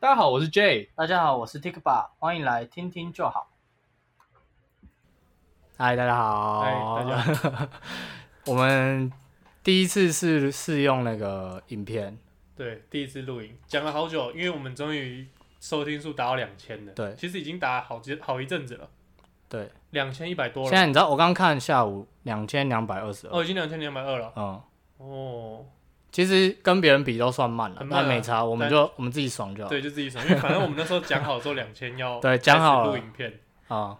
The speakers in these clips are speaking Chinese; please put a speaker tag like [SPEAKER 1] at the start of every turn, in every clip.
[SPEAKER 1] 大家好，我是 J。
[SPEAKER 2] 大家好，我是 Tikba，欢迎来听听就好。
[SPEAKER 3] 嗨，大家好。
[SPEAKER 1] 嗨哎大
[SPEAKER 3] 家。 我们第一次是试用那个影片，
[SPEAKER 1] 对，第一次录影，讲了好久，因为我们终于收听数达到两千了。
[SPEAKER 3] 对
[SPEAKER 1] 其实已经达好几好一阵子了，
[SPEAKER 3] 对。
[SPEAKER 1] 两千一百多
[SPEAKER 3] 现
[SPEAKER 1] 了。
[SPEAKER 3] 在你知道，我刚看下午两千两百二十二。
[SPEAKER 1] 哦，已经两千两百二了。
[SPEAKER 3] 嗯，
[SPEAKER 1] 哦，
[SPEAKER 3] 其实跟别人比都算慢了，
[SPEAKER 1] 很慢啊
[SPEAKER 3] 那没差，我们就我们自己爽就好。
[SPEAKER 1] 对，就自己爽，因为反正我们那时候讲好说两千要
[SPEAKER 3] 对讲好
[SPEAKER 1] 开
[SPEAKER 3] 了
[SPEAKER 1] 始录影片，
[SPEAKER 3] 啊、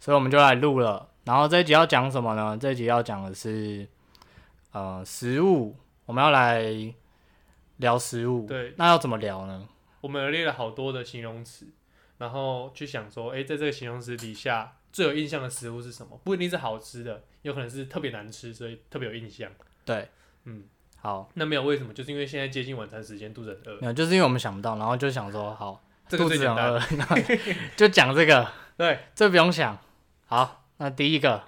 [SPEAKER 3] 所以我们就来录了。然后这一集要讲什么呢？这一集要讲的是呃食物，我们要来聊食物。
[SPEAKER 1] 对，
[SPEAKER 3] 那要怎么聊呢？
[SPEAKER 1] 我们有列了好多的形容词，然后去想说，哎，在这个形容词底下最有印象的食物是什么？不一定是好吃的，有可能是特别难吃，所以特别有印象。
[SPEAKER 3] 对，
[SPEAKER 1] 嗯，
[SPEAKER 3] 好，
[SPEAKER 1] 那没有为什么，就是因为现在接近晚餐时间，肚子很饿。
[SPEAKER 3] 没有，就是因为我们想不到，然后就想说好，
[SPEAKER 1] 这
[SPEAKER 3] 嗯
[SPEAKER 1] 个
[SPEAKER 3] 肚
[SPEAKER 1] 最
[SPEAKER 3] 子
[SPEAKER 1] 简
[SPEAKER 3] 很
[SPEAKER 1] 单。
[SPEAKER 3] 饿， 就讲这个。
[SPEAKER 1] 对，
[SPEAKER 3] 这不用想。好，那第一个，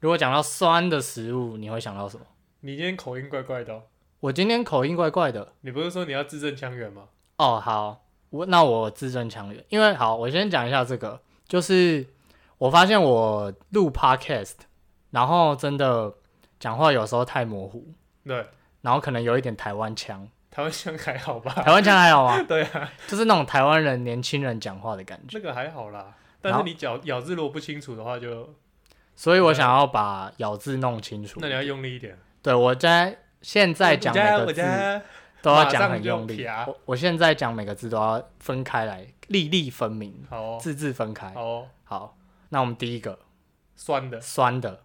[SPEAKER 3] 如果讲到酸的食物，你会想到什么？
[SPEAKER 1] 你今天口音怪怪的哦、
[SPEAKER 3] 我今天口音怪怪的。
[SPEAKER 1] 你不是说你要字正腔圆吗？
[SPEAKER 3] 哦，好，我那我字正腔圆，因为好，我先讲一下这个，就是我发现我录 podcast，然后真的讲话有时候太模糊，
[SPEAKER 1] 对，
[SPEAKER 3] 然后可能有一点台湾腔，
[SPEAKER 1] 台湾腔还好吧？
[SPEAKER 3] 台湾腔还好吗？
[SPEAKER 1] 对
[SPEAKER 3] 啊，就是那种台湾人年轻人讲话的感觉，
[SPEAKER 1] 这个还好啦，但
[SPEAKER 3] 然后
[SPEAKER 1] 是你咬咬字如果不清楚的话就，
[SPEAKER 3] 所以我想要把咬字弄清楚
[SPEAKER 1] 那。你要用力一点。
[SPEAKER 3] 对我在现在讲
[SPEAKER 1] 我家
[SPEAKER 3] 每个
[SPEAKER 1] 我
[SPEAKER 3] 字。
[SPEAKER 1] 家
[SPEAKER 3] 都要讲很
[SPEAKER 1] 马上
[SPEAKER 3] 用
[SPEAKER 1] 就
[SPEAKER 3] 力。
[SPEAKER 1] 撇啊
[SPEAKER 3] 我我现在讲每个字都要分开来，粒粒分明，
[SPEAKER 1] 好哦，
[SPEAKER 3] 字字分开。
[SPEAKER 1] 好哦，
[SPEAKER 3] 好，那我们第一个
[SPEAKER 1] 酸的，
[SPEAKER 3] 酸的，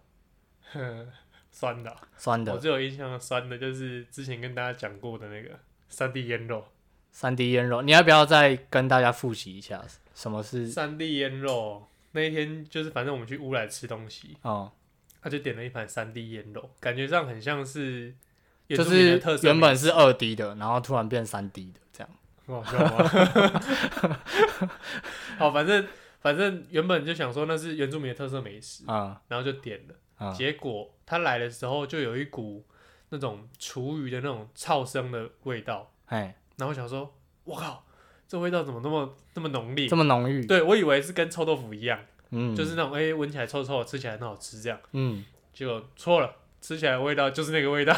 [SPEAKER 1] 哼酸的哦。
[SPEAKER 3] 酸
[SPEAKER 1] 我
[SPEAKER 3] 的
[SPEAKER 1] 最有印象的酸的就是之前跟大家讲过的那个三 D 腌肉，
[SPEAKER 3] 三 D 腌肉，你要不要再跟大家复习一下什么是？
[SPEAKER 1] 三 D 腌肉。那一天就是，反正我们去乌来吃东西，
[SPEAKER 3] 哦、
[SPEAKER 1] 他就点了一盘三 D 腌肉，感觉上很像是原
[SPEAKER 3] 就
[SPEAKER 1] 住民的
[SPEAKER 3] 是
[SPEAKER 1] 特色
[SPEAKER 3] 原
[SPEAKER 1] 美
[SPEAKER 3] 本是二 D 的，然后突然变三 D 的这样。
[SPEAKER 1] 很好笑吗？哦 好，反正反正原本就想说那是原住民的特色美食，
[SPEAKER 3] 嗯
[SPEAKER 1] 然后就点了。
[SPEAKER 3] 嗯，
[SPEAKER 1] 结果他来的时候就有一股那种厨余的那种臭生的味道，
[SPEAKER 3] 哎，
[SPEAKER 1] 然后我想说，我靠，这味道怎么那么那么浓烈
[SPEAKER 3] 这？么浓郁，
[SPEAKER 1] 对我以为是跟臭豆腐一样，
[SPEAKER 3] 嗯，
[SPEAKER 1] 就是那种哎闻起来臭臭的，吃起来很好吃这样。
[SPEAKER 3] 嗯，
[SPEAKER 1] 结果错了，吃起来的味道就是那个 味道，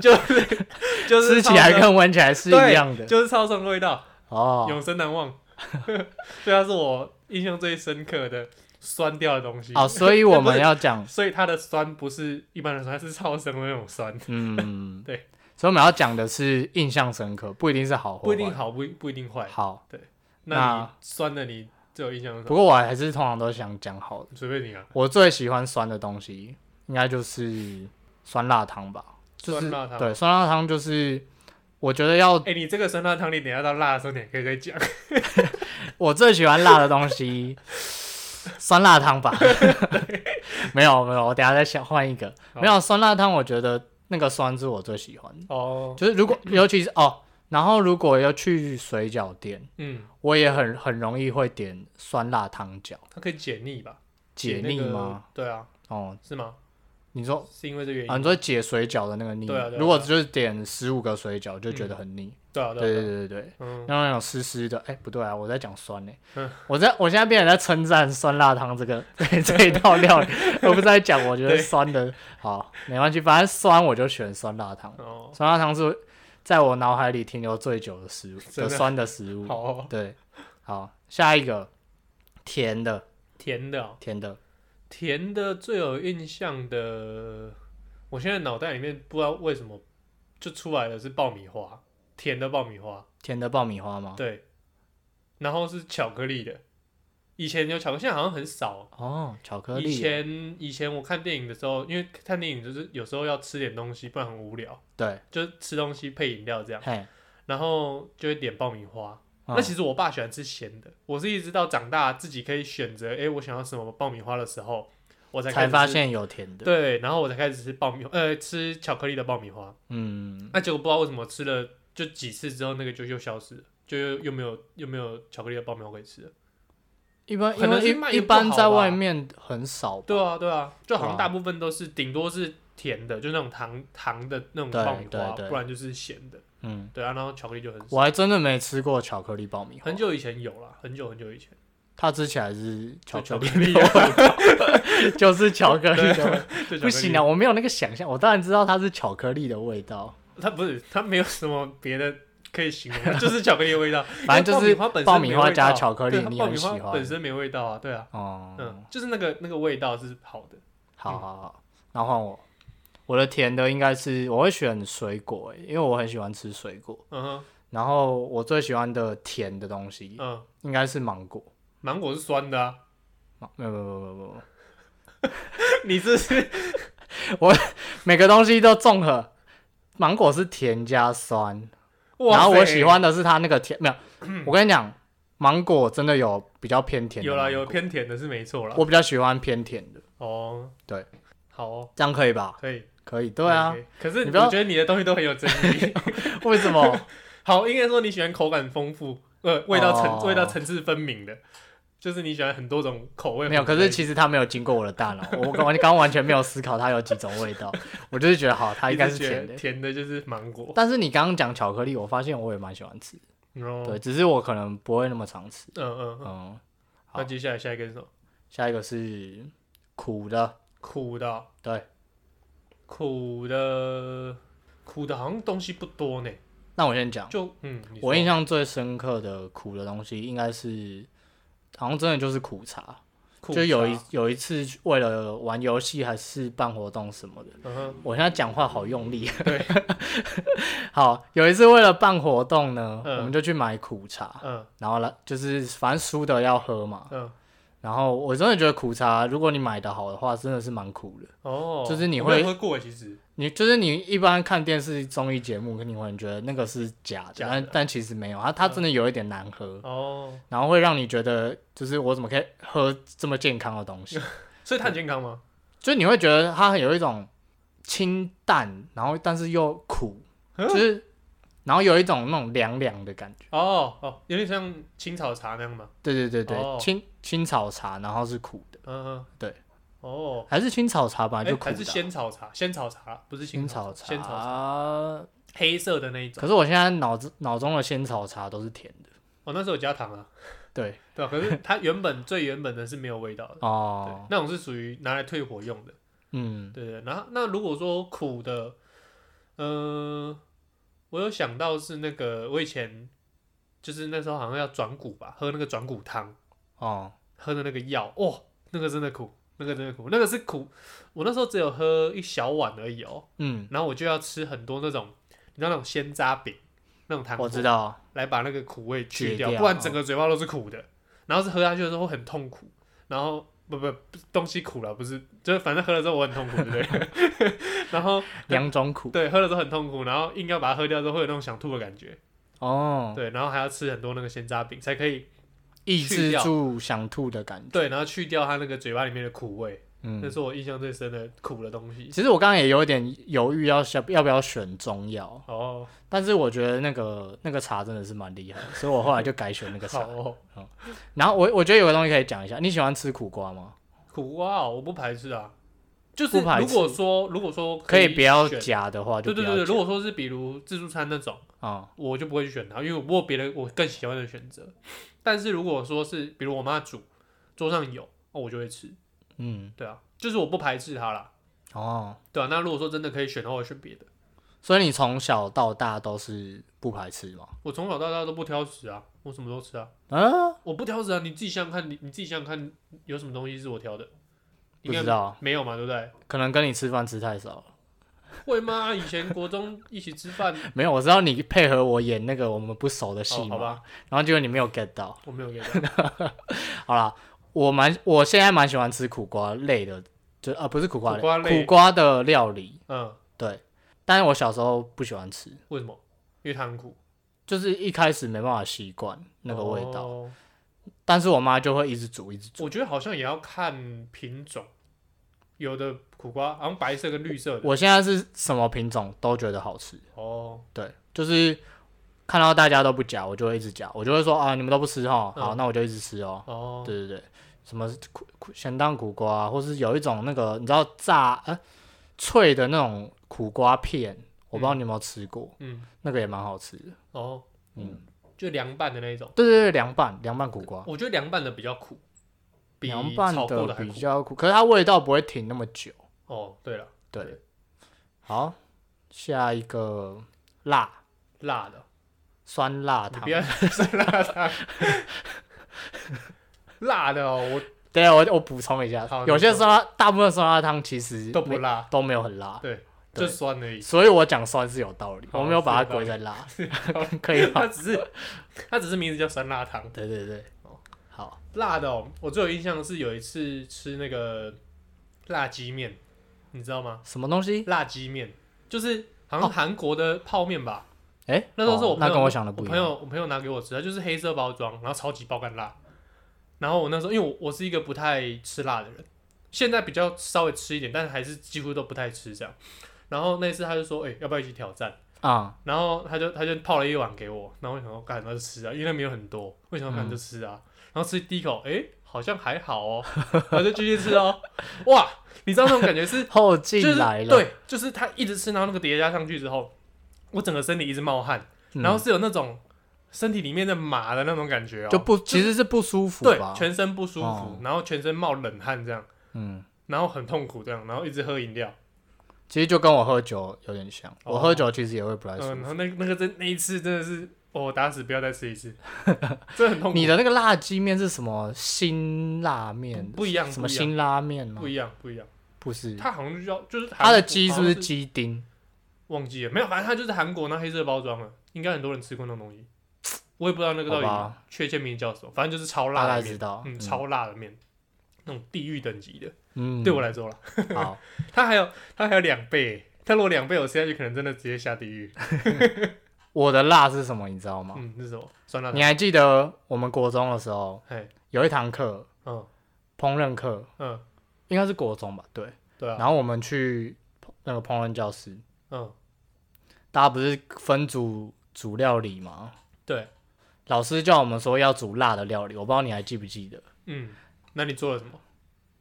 [SPEAKER 1] 就是就
[SPEAKER 3] 吃
[SPEAKER 1] 是
[SPEAKER 3] 起来
[SPEAKER 1] 超生
[SPEAKER 3] 跟闻起来是
[SPEAKER 1] 对
[SPEAKER 3] 一样的
[SPEAKER 1] 就是超生的味道。
[SPEAKER 3] 哦
[SPEAKER 1] 永生难忘。 对，它是我印象最深刻的酸掉的东西。
[SPEAKER 3] 哦，所以我们要 讲
[SPEAKER 1] 所以它的酸不是一般的酸，它是超生的那种酸，
[SPEAKER 3] 嗯，
[SPEAKER 1] 对，
[SPEAKER 3] 所以我们要讲的是印象深刻，不一定是好，
[SPEAKER 1] 不一定。好，不不一定坏。
[SPEAKER 3] 好，
[SPEAKER 1] 那你酸的你最有印象是什
[SPEAKER 3] 不
[SPEAKER 1] 么？
[SPEAKER 3] 过我还是通常都想讲好的。
[SPEAKER 1] 随便你啊，
[SPEAKER 3] 我最喜欢酸的东西，应该就是酸辣汤吧，就是
[SPEAKER 1] 酸辣汤。
[SPEAKER 3] 对酸辣汤就是。我觉得要
[SPEAKER 1] 哎、你这个酸辣汤，你等一下到辣的时候，你还可以再讲。
[SPEAKER 3] 我最喜欢辣的东西，酸辣汤吧。 没有没有，我等一下再想换一个。
[SPEAKER 1] 好
[SPEAKER 3] 没有酸辣汤，我觉得那个酸是我最喜欢的。
[SPEAKER 1] 哦，
[SPEAKER 3] 就是如果尤其是哦，然后如果要去水饺店，
[SPEAKER 1] 嗯，
[SPEAKER 3] 我也很很容易会点酸辣汤饺，
[SPEAKER 1] 它可以解腻吧？
[SPEAKER 3] 解腻
[SPEAKER 1] 那个
[SPEAKER 3] 吗？？
[SPEAKER 1] 对啊，
[SPEAKER 3] 哦，
[SPEAKER 1] 是吗？
[SPEAKER 3] 你说
[SPEAKER 1] 是因为这原因？
[SPEAKER 3] 啊，你说解水饺的那个腻，
[SPEAKER 1] 对啊对啊
[SPEAKER 3] 如果就是点十五个水饺就觉得很腻，
[SPEAKER 1] 对啊，
[SPEAKER 3] 对
[SPEAKER 1] 对
[SPEAKER 3] 对
[SPEAKER 1] 啊，对啊
[SPEAKER 3] 对对对，
[SPEAKER 1] 嗯，
[SPEAKER 3] 让那种湿湿的，哎、不对啊，我在讲酸呢、
[SPEAKER 1] 嗯
[SPEAKER 3] 我在我现在变成在称赞酸辣汤这个 这一道料理，而不是在讲我觉得
[SPEAKER 1] 对
[SPEAKER 3] 酸的，好，没关系，反正酸我就选酸辣汤，
[SPEAKER 1] 哦，
[SPEAKER 3] 酸辣汤是在我脑海里停留最久的食物，
[SPEAKER 1] 真
[SPEAKER 3] 的
[SPEAKER 1] 的
[SPEAKER 3] 酸的食物，
[SPEAKER 1] 好哦
[SPEAKER 3] 对，好，下一个甜的，
[SPEAKER 1] 甜的哦、
[SPEAKER 3] 甜的，
[SPEAKER 1] 甜的最有印象的，我现在脑袋里面不知道为什么就出来的是爆米花，甜的爆米花，
[SPEAKER 3] 甜的爆米花吗？
[SPEAKER 1] 对，然后是巧克力的，以前有巧克力，现在好像很少。
[SPEAKER 3] 哦，巧克
[SPEAKER 1] 以
[SPEAKER 3] 力耶，
[SPEAKER 1] 前以前我看电影的时候，因为看电影就是有时候要吃点东西，不然很无聊，
[SPEAKER 3] 对，
[SPEAKER 1] 就吃东西配饮料这样，
[SPEAKER 3] 嘿，
[SPEAKER 1] 然后就会点爆米花。
[SPEAKER 3] 嗯
[SPEAKER 1] 那其实我爸喜欢吃咸的，我是一直到长大自己可以选择，诶，我想要什么爆米花的时候，我才开
[SPEAKER 3] 才
[SPEAKER 1] 始
[SPEAKER 3] 发
[SPEAKER 1] 吃
[SPEAKER 3] 现有甜的，
[SPEAKER 1] 对，然后我才开始吃爆米，呃，吃巧克力的爆米花。
[SPEAKER 3] 嗯，
[SPEAKER 1] 那结果不知道为什么吃了就几次之后，那个就又消失了，就又又没有又没有巧克力的爆米花可以吃了。
[SPEAKER 3] 一般
[SPEAKER 1] 可
[SPEAKER 3] 因
[SPEAKER 1] 能是
[SPEAKER 3] 为
[SPEAKER 1] 卖
[SPEAKER 3] 一
[SPEAKER 1] 得
[SPEAKER 3] 一
[SPEAKER 1] 不好吧啊
[SPEAKER 3] 般在外面很少，
[SPEAKER 1] 对啊，对啊，就好
[SPEAKER 3] 哇
[SPEAKER 1] 像大部分都是顶多是甜的，就那种糖糖的那种
[SPEAKER 3] 对
[SPEAKER 1] 爆米花，
[SPEAKER 3] 对对
[SPEAKER 1] 不然就是咸的。
[SPEAKER 3] 嗯，
[SPEAKER 1] 对啊，然后巧克力就很少。
[SPEAKER 3] 我还真的没吃过巧克力爆米花，
[SPEAKER 1] 很久以前有啦，很久很久以前，
[SPEAKER 3] 它吃起来是巧
[SPEAKER 1] 就
[SPEAKER 3] 克
[SPEAKER 1] 巧
[SPEAKER 3] 力
[SPEAKER 1] 克
[SPEAKER 3] 的味
[SPEAKER 1] 力
[SPEAKER 3] 道，
[SPEAKER 1] 啊，
[SPEAKER 3] 就是巧克力
[SPEAKER 1] 对
[SPEAKER 3] 的味道。
[SPEAKER 1] 就巧克力
[SPEAKER 3] 不行啊，，我没有那个想象，我当然知道它是巧克力的味道，
[SPEAKER 1] 它不是它没有什么别的可以形 容，就是巧克力的味道。
[SPEAKER 3] 反正就是
[SPEAKER 1] 因为爆米花本身
[SPEAKER 3] 爆米花加
[SPEAKER 1] 没味道
[SPEAKER 3] 巧克力
[SPEAKER 1] 对它
[SPEAKER 3] 你
[SPEAKER 1] 爆
[SPEAKER 3] 很
[SPEAKER 1] 米
[SPEAKER 3] 喜
[SPEAKER 1] 花
[SPEAKER 3] 欢
[SPEAKER 1] 本身没味道啊，对啊，
[SPEAKER 3] 哦、
[SPEAKER 1] 嗯，就是那个那个味道是好的。
[SPEAKER 3] 好好好，那换我，我的甜的应该是我会选水果、欸，因为我很喜欢吃水果，
[SPEAKER 1] 嗯哼，
[SPEAKER 3] 然后我最喜欢的甜的东西
[SPEAKER 1] 嗯，
[SPEAKER 3] 应该是芒果，
[SPEAKER 1] 芒果是酸的啊，
[SPEAKER 3] 芒没有没有没有没有没有，没有
[SPEAKER 1] 你这是
[SPEAKER 3] 每个东西都综合，芒果是甜加酸，
[SPEAKER 1] 哇塞嗯
[SPEAKER 3] 然后我喜欢的是它那个甜，没有，我跟你讲，芒果真的有比较偏甜的
[SPEAKER 1] 有
[SPEAKER 3] 芒果，
[SPEAKER 1] 啦有偏甜的是没错啦。
[SPEAKER 3] 我比较喜欢偏甜的，
[SPEAKER 1] 哦，
[SPEAKER 3] 对，
[SPEAKER 1] 好哦，
[SPEAKER 3] 这样可以吧？
[SPEAKER 1] 可以。
[SPEAKER 3] 可以，对啊
[SPEAKER 1] 可以，，可
[SPEAKER 3] 你
[SPEAKER 1] 是我
[SPEAKER 3] 不要
[SPEAKER 1] 觉得你的东西都很有争 议。
[SPEAKER 3] 为什么？
[SPEAKER 1] 好，应该说你喜欢口感丰富，呃，味道层、
[SPEAKER 3] 哦
[SPEAKER 1] 味道层次分明的，就是你喜欢很多种口味。
[SPEAKER 3] 没 有，可是其实它没有经过我的大脑，我刚刚完全没有思考它有几种味 道，我就是觉得好，它应该是甜
[SPEAKER 1] 甜
[SPEAKER 3] 的。
[SPEAKER 1] 甜的就是芒果。
[SPEAKER 3] 但是你刚刚讲巧克力，我发现我也蛮喜欢吃，
[SPEAKER 1] 然后，
[SPEAKER 3] 对，只是我可能不会那么常吃。
[SPEAKER 1] 嗯哦嗯嗯。
[SPEAKER 3] 嗯，好
[SPEAKER 1] 那接下来下一个是什么？
[SPEAKER 3] 下一个是苦的，
[SPEAKER 1] 苦的啊，
[SPEAKER 3] 对，
[SPEAKER 1] 苦的，苦的好像东西不多呢。
[SPEAKER 3] 那我先讲，
[SPEAKER 1] 就嗯，你说
[SPEAKER 3] 我印象最深刻的苦的东西应该是，好像真的就是苦茶，
[SPEAKER 1] 苦
[SPEAKER 3] 就有一
[SPEAKER 1] 茶
[SPEAKER 3] 有一次为了玩游戏还是办活动什么的，
[SPEAKER 1] 嗯哼
[SPEAKER 3] 我现在讲话好用力。对， 好，有一次为了办活动呢，
[SPEAKER 1] 嗯
[SPEAKER 3] 我们就去买苦茶，
[SPEAKER 1] 嗯
[SPEAKER 3] 然后呢，就是反正输的要喝嘛。
[SPEAKER 1] 嗯
[SPEAKER 3] 然后我真的觉得苦茶，如果你买的好的话，真的是蛮苦的。
[SPEAKER 1] 哦，
[SPEAKER 3] 就是你
[SPEAKER 1] 我没有
[SPEAKER 3] 会
[SPEAKER 1] 喝过其实
[SPEAKER 3] 你就是你一般看电视综艺节目，你会觉得那个是假的，
[SPEAKER 1] 假的
[SPEAKER 3] 但但其实没有，它它真的有一点难喝，
[SPEAKER 1] 哦，
[SPEAKER 3] 然后会让你觉得就是我怎么可以喝这么健康的东西？
[SPEAKER 1] 所以它很健康吗？
[SPEAKER 3] 就你会觉得它有一种清淡，然后但是又苦，
[SPEAKER 1] 嗯
[SPEAKER 3] 就是然后有一种那种凉凉的感觉。
[SPEAKER 1] 哦哦，有点像青草茶那样吗？
[SPEAKER 3] 对对对对，
[SPEAKER 1] 哦
[SPEAKER 3] 青青草茶，然后是苦的，
[SPEAKER 1] 嗯嗯，
[SPEAKER 3] 对，
[SPEAKER 1] 哦，
[SPEAKER 3] 还是青草茶本来
[SPEAKER 1] 哎，
[SPEAKER 3] 就苦的啊、
[SPEAKER 1] 还是仙草茶，仙草茶不是
[SPEAKER 3] 青
[SPEAKER 1] 草
[SPEAKER 3] 草
[SPEAKER 1] 茶，
[SPEAKER 3] 茶，
[SPEAKER 1] 仙草茶黑色的那一种。
[SPEAKER 3] 可是我现在脑子脑中的仙草茶都是甜的。
[SPEAKER 1] 哦，那时候有加糖啊，
[SPEAKER 3] 对
[SPEAKER 1] 对吧？可是它原本最原本的是没有味道的，对
[SPEAKER 3] 哦，，
[SPEAKER 1] 那种是属于拿来退火用的，
[SPEAKER 3] 嗯，
[SPEAKER 1] 对对。然后那如果说苦的，嗯，我有想到是那个我以前就是那时候好像要转骨吧，喝那个转骨汤，
[SPEAKER 3] 哦，
[SPEAKER 1] 喝的那个药，哦，那个真的苦，那个真的苦，那个是苦。我那时候只有喝一小碗而已哦，
[SPEAKER 3] 嗯，
[SPEAKER 1] 然后我就要吃很多那种，你知道那种鲜渣饼那种糖
[SPEAKER 3] 我
[SPEAKER 1] 果，
[SPEAKER 3] 知道，
[SPEAKER 1] 来把那个苦味去掉，
[SPEAKER 3] 解掉
[SPEAKER 1] 不然整个嘴巴都是苦的。然后是喝下去的时候会很痛苦，然后不不不东西苦了，不是，就是反正喝了之后我很痛苦，对不对？ 然后
[SPEAKER 3] 两种苦
[SPEAKER 1] 对喝了之后很痛苦，然后硬要把它喝掉之后会有那种想吐的感觉，
[SPEAKER 3] 哦，
[SPEAKER 1] 对，然后还要吃很多那个鲜渣饼才可以
[SPEAKER 3] 抑
[SPEAKER 1] 去
[SPEAKER 3] 制
[SPEAKER 1] 掉
[SPEAKER 3] 住想吐的感觉。
[SPEAKER 1] 对，然后去掉它那个嘴巴里面的苦味，
[SPEAKER 3] 嗯
[SPEAKER 1] 那，是我印象最深的苦的东西。
[SPEAKER 3] 其实我刚刚也有一点犹豫要选要不要选中药，
[SPEAKER 1] 哦，
[SPEAKER 3] 但是我觉得那个那个茶真的是蛮厉害的，所以我后来就改选那个
[SPEAKER 1] 好
[SPEAKER 3] 茶。
[SPEAKER 1] 哦，
[SPEAKER 3] 然后我我觉得有个东西可以讲一下，你喜欢吃苦瓜吗？
[SPEAKER 1] 苦瓜哦，我不排斥啊，就是
[SPEAKER 3] 不排
[SPEAKER 1] 如
[SPEAKER 3] 斥
[SPEAKER 1] 果说如果说
[SPEAKER 3] 可以不要
[SPEAKER 1] 选
[SPEAKER 3] 假的话就
[SPEAKER 1] 对
[SPEAKER 3] 不
[SPEAKER 1] 对
[SPEAKER 3] 要
[SPEAKER 1] 对对，
[SPEAKER 3] 加
[SPEAKER 1] 如果说是比如自助餐那种，
[SPEAKER 3] 啊，
[SPEAKER 1] 我就不会去选它，因为我有别的我更喜欢的选择。但是如果说是比如我妈煮，桌上有，哦，我就会吃。
[SPEAKER 3] 嗯，
[SPEAKER 1] 对啊，就是我不排斥它啦。
[SPEAKER 3] 哦，
[SPEAKER 1] 对啊，那如果说真的可以选的话，我会选别的。
[SPEAKER 3] 所以你从小到大都是不排斥吗？
[SPEAKER 1] 我从小到大都不挑食啊，我什么都吃啊，
[SPEAKER 3] 啊，
[SPEAKER 1] 我不挑食啊。你自己想想看，你你自己想想看，有什么东西是我挑的？
[SPEAKER 3] 不
[SPEAKER 1] 应该
[SPEAKER 3] 知道，
[SPEAKER 1] 没有嘛，对不对？
[SPEAKER 3] 可能跟你吃饭吃太少了。
[SPEAKER 1] 会吗？以前国中一起吃饭，
[SPEAKER 3] 没有，我知道你配合我演那个我们不熟的戏
[SPEAKER 1] 哦，
[SPEAKER 3] 嘛，
[SPEAKER 1] 好吧，
[SPEAKER 3] 然后结果你没有 get 到。
[SPEAKER 1] 我没有给他。
[SPEAKER 3] 好啦，我蛮我现在蛮喜欢吃苦瓜类的，就啊不是苦瓜类，
[SPEAKER 1] 苦瓜类
[SPEAKER 3] 苦瓜的料理，
[SPEAKER 1] 嗯，
[SPEAKER 3] 对。但是我小时候不喜欢吃，
[SPEAKER 1] 为什么？因为它很苦，
[SPEAKER 3] 就是一开始没办法习惯那个味道，
[SPEAKER 1] 哦
[SPEAKER 3] 但是我妈就会一直煮一直煮。
[SPEAKER 1] 我觉得好像也要看品种，有的苦瓜好像白色跟绿色的。
[SPEAKER 3] 我现在是什么品种都觉得好吃，
[SPEAKER 1] 哦，
[SPEAKER 3] 对，就是看到大家都不夹，我就会一直夹，我就会说啊，你们都不吃哦，好，
[SPEAKER 1] 嗯
[SPEAKER 3] 那我就一直吃哦。
[SPEAKER 1] 哦，
[SPEAKER 3] 对对对，什么苦苦咸蛋苦瓜，或是有一种那个你知道炸呃脆的那种苦瓜片，我不知道你有没有吃过，
[SPEAKER 1] 嗯，
[SPEAKER 3] 那个也蛮好吃的。
[SPEAKER 1] 哦，
[SPEAKER 3] 嗯，
[SPEAKER 1] 就凉拌的那一种，
[SPEAKER 3] 对对对，凉拌凉拌苦瓜，
[SPEAKER 1] 我觉得凉拌的比较苦，哦比
[SPEAKER 3] 凉拌
[SPEAKER 1] 炒过
[SPEAKER 3] 的
[SPEAKER 1] 的还
[SPEAKER 3] 比
[SPEAKER 1] 苦。
[SPEAKER 3] 较苦，可是它味道不会停那么久。
[SPEAKER 1] 哦，对了，
[SPEAKER 3] 对，好，下一个辣
[SPEAKER 1] 辣的，
[SPEAKER 3] 酸辣
[SPEAKER 1] 你
[SPEAKER 3] 汤
[SPEAKER 1] 不。要是辣汤，辣的哦，我
[SPEAKER 3] 对，我我补充一下
[SPEAKER 1] 好，
[SPEAKER 3] 有
[SPEAKER 1] 你
[SPEAKER 3] 些
[SPEAKER 1] 说
[SPEAKER 3] 酸辣，大部分酸辣汤其实
[SPEAKER 1] 都不
[SPEAKER 3] 没
[SPEAKER 1] 辣，
[SPEAKER 3] 都没有很辣，
[SPEAKER 1] 对，
[SPEAKER 3] 对
[SPEAKER 1] 就酸而已。
[SPEAKER 3] 所以我讲酸是有道理，
[SPEAKER 1] 好
[SPEAKER 3] 我没有把它
[SPEAKER 1] 是有道
[SPEAKER 3] 归
[SPEAKER 1] 理
[SPEAKER 3] 在辣， 可以吧
[SPEAKER 1] 它？只是它只是名字叫酸辣汤，
[SPEAKER 3] 对对对
[SPEAKER 1] 哦，
[SPEAKER 3] 好，
[SPEAKER 1] 辣的哦。我最有印象的是有一次吃那个辣鸡面，你知道吗？
[SPEAKER 3] 什么东西？
[SPEAKER 1] 辣鸡面就是好
[SPEAKER 3] 哦
[SPEAKER 1] 像韩国的泡面吧。
[SPEAKER 3] 哎，
[SPEAKER 1] 那时候是我
[SPEAKER 3] 哦
[SPEAKER 1] 朋友、
[SPEAKER 3] 那跟我想的
[SPEAKER 1] 我
[SPEAKER 3] 不一
[SPEAKER 1] 朋
[SPEAKER 3] 样。
[SPEAKER 1] 友我朋友拿给我吃，它就是黑色包装，然后超级爆干辣。然后我那时候因为我我是一个不太吃辣的人，现在比较稍微吃一点，但是还是几乎都不太吃这样。然后那次他就说，哎、要不要一起挑战？
[SPEAKER 3] 啊，
[SPEAKER 1] 然后他就他就泡了一碗给我，然后我想说，干那就吃啊，因为那没有很多，为什么干就吃啊？然后吃第一口，哎、好像还好哦，然后就继续吃哦。哇，你知道那种感觉是
[SPEAKER 3] 后
[SPEAKER 1] 就
[SPEAKER 3] 进
[SPEAKER 1] 是
[SPEAKER 3] 来了，
[SPEAKER 1] 对，就是他一直吃，然后那个叠加上去之后，我整个身体一直冒汗，
[SPEAKER 3] 嗯
[SPEAKER 1] 然后是有那种身体里面的麻的那种感觉哦，
[SPEAKER 3] 就不其实是不舒服
[SPEAKER 1] 对，
[SPEAKER 3] 吧？
[SPEAKER 1] 全身不舒服，
[SPEAKER 3] 哦
[SPEAKER 1] 然后全身冒冷汗这样，
[SPEAKER 3] 嗯，
[SPEAKER 1] 然后很痛苦这样，然后一直喝饮料，
[SPEAKER 3] 其实就跟我喝酒有点像，
[SPEAKER 1] 哦
[SPEAKER 3] 我喝酒其实也会不太
[SPEAKER 1] 嗯、
[SPEAKER 3] 舒
[SPEAKER 1] 然
[SPEAKER 3] 服。
[SPEAKER 1] 后那那个真那一次真的是，哦我打死不要再吃一次，这很痛苦，
[SPEAKER 3] 你的那个辣鸡面是什么辛辣面？
[SPEAKER 1] 不一样，
[SPEAKER 3] 什么
[SPEAKER 1] 不一样，
[SPEAKER 3] 辛拉面吗
[SPEAKER 1] 不？一样，不一样，
[SPEAKER 3] 不是，
[SPEAKER 1] 它好像就叫就是
[SPEAKER 3] 它的
[SPEAKER 1] 韩国
[SPEAKER 3] 鸡是
[SPEAKER 1] 好
[SPEAKER 3] 不
[SPEAKER 1] 像
[SPEAKER 3] 是
[SPEAKER 1] 是
[SPEAKER 3] 鸡丁？
[SPEAKER 1] 忘记了，没有，反正它就是韩国那黑色包装的，应该很多人吃过那种东西。我也不知道那个到
[SPEAKER 3] 好
[SPEAKER 1] 底
[SPEAKER 3] 吧
[SPEAKER 1] 确切名字叫什么，反正就是超
[SPEAKER 3] 大
[SPEAKER 1] 辣
[SPEAKER 3] 概
[SPEAKER 1] 的
[SPEAKER 3] 知
[SPEAKER 1] 面，
[SPEAKER 3] 道。
[SPEAKER 1] 嗯，超辣的面，那种地狱等级的，
[SPEAKER 3] 嗯，
[SPEAKER 1] 对我来说啦。
[SPEAKER 3] 好，
[SPEAKER 1] 它还有它还有两倍，它如果两倍我吃下去，可能真的直接下地狱。
[SPEAKER 3] 我的辣是什么？你知道吗？
[SPEAKER 1] 嗯，是什么？酸辣
[SPEAKER 3] 你
[SPEAKER 1] 汤。
[SPEAKER 3] 还记得我们国中的时候
[SPEAKER 1] 嘿，
[SPEAKER 3] 有一堂课，
[SPEAKER 1] 嗯
[SPEAKER 3] 烹饪课，
[SPEAKER 1] 嗯，
[SPEAKER 3] 应该是国中吧？对。
[SPEAKER 1] 对啊，
[SPEAKER 3] 然后我们去那个烹饪教室，
[SPEAKER 1] 嗯
[SPEAKER 3] 大家不是分组煮料理吗？
[SPEAKER 1] 对，
[SPEAKER 3] 老师叫我们说要煮辣的料理，我不知道你还记不记得，
[SPEAKER 1] 嗯，那你做了什么？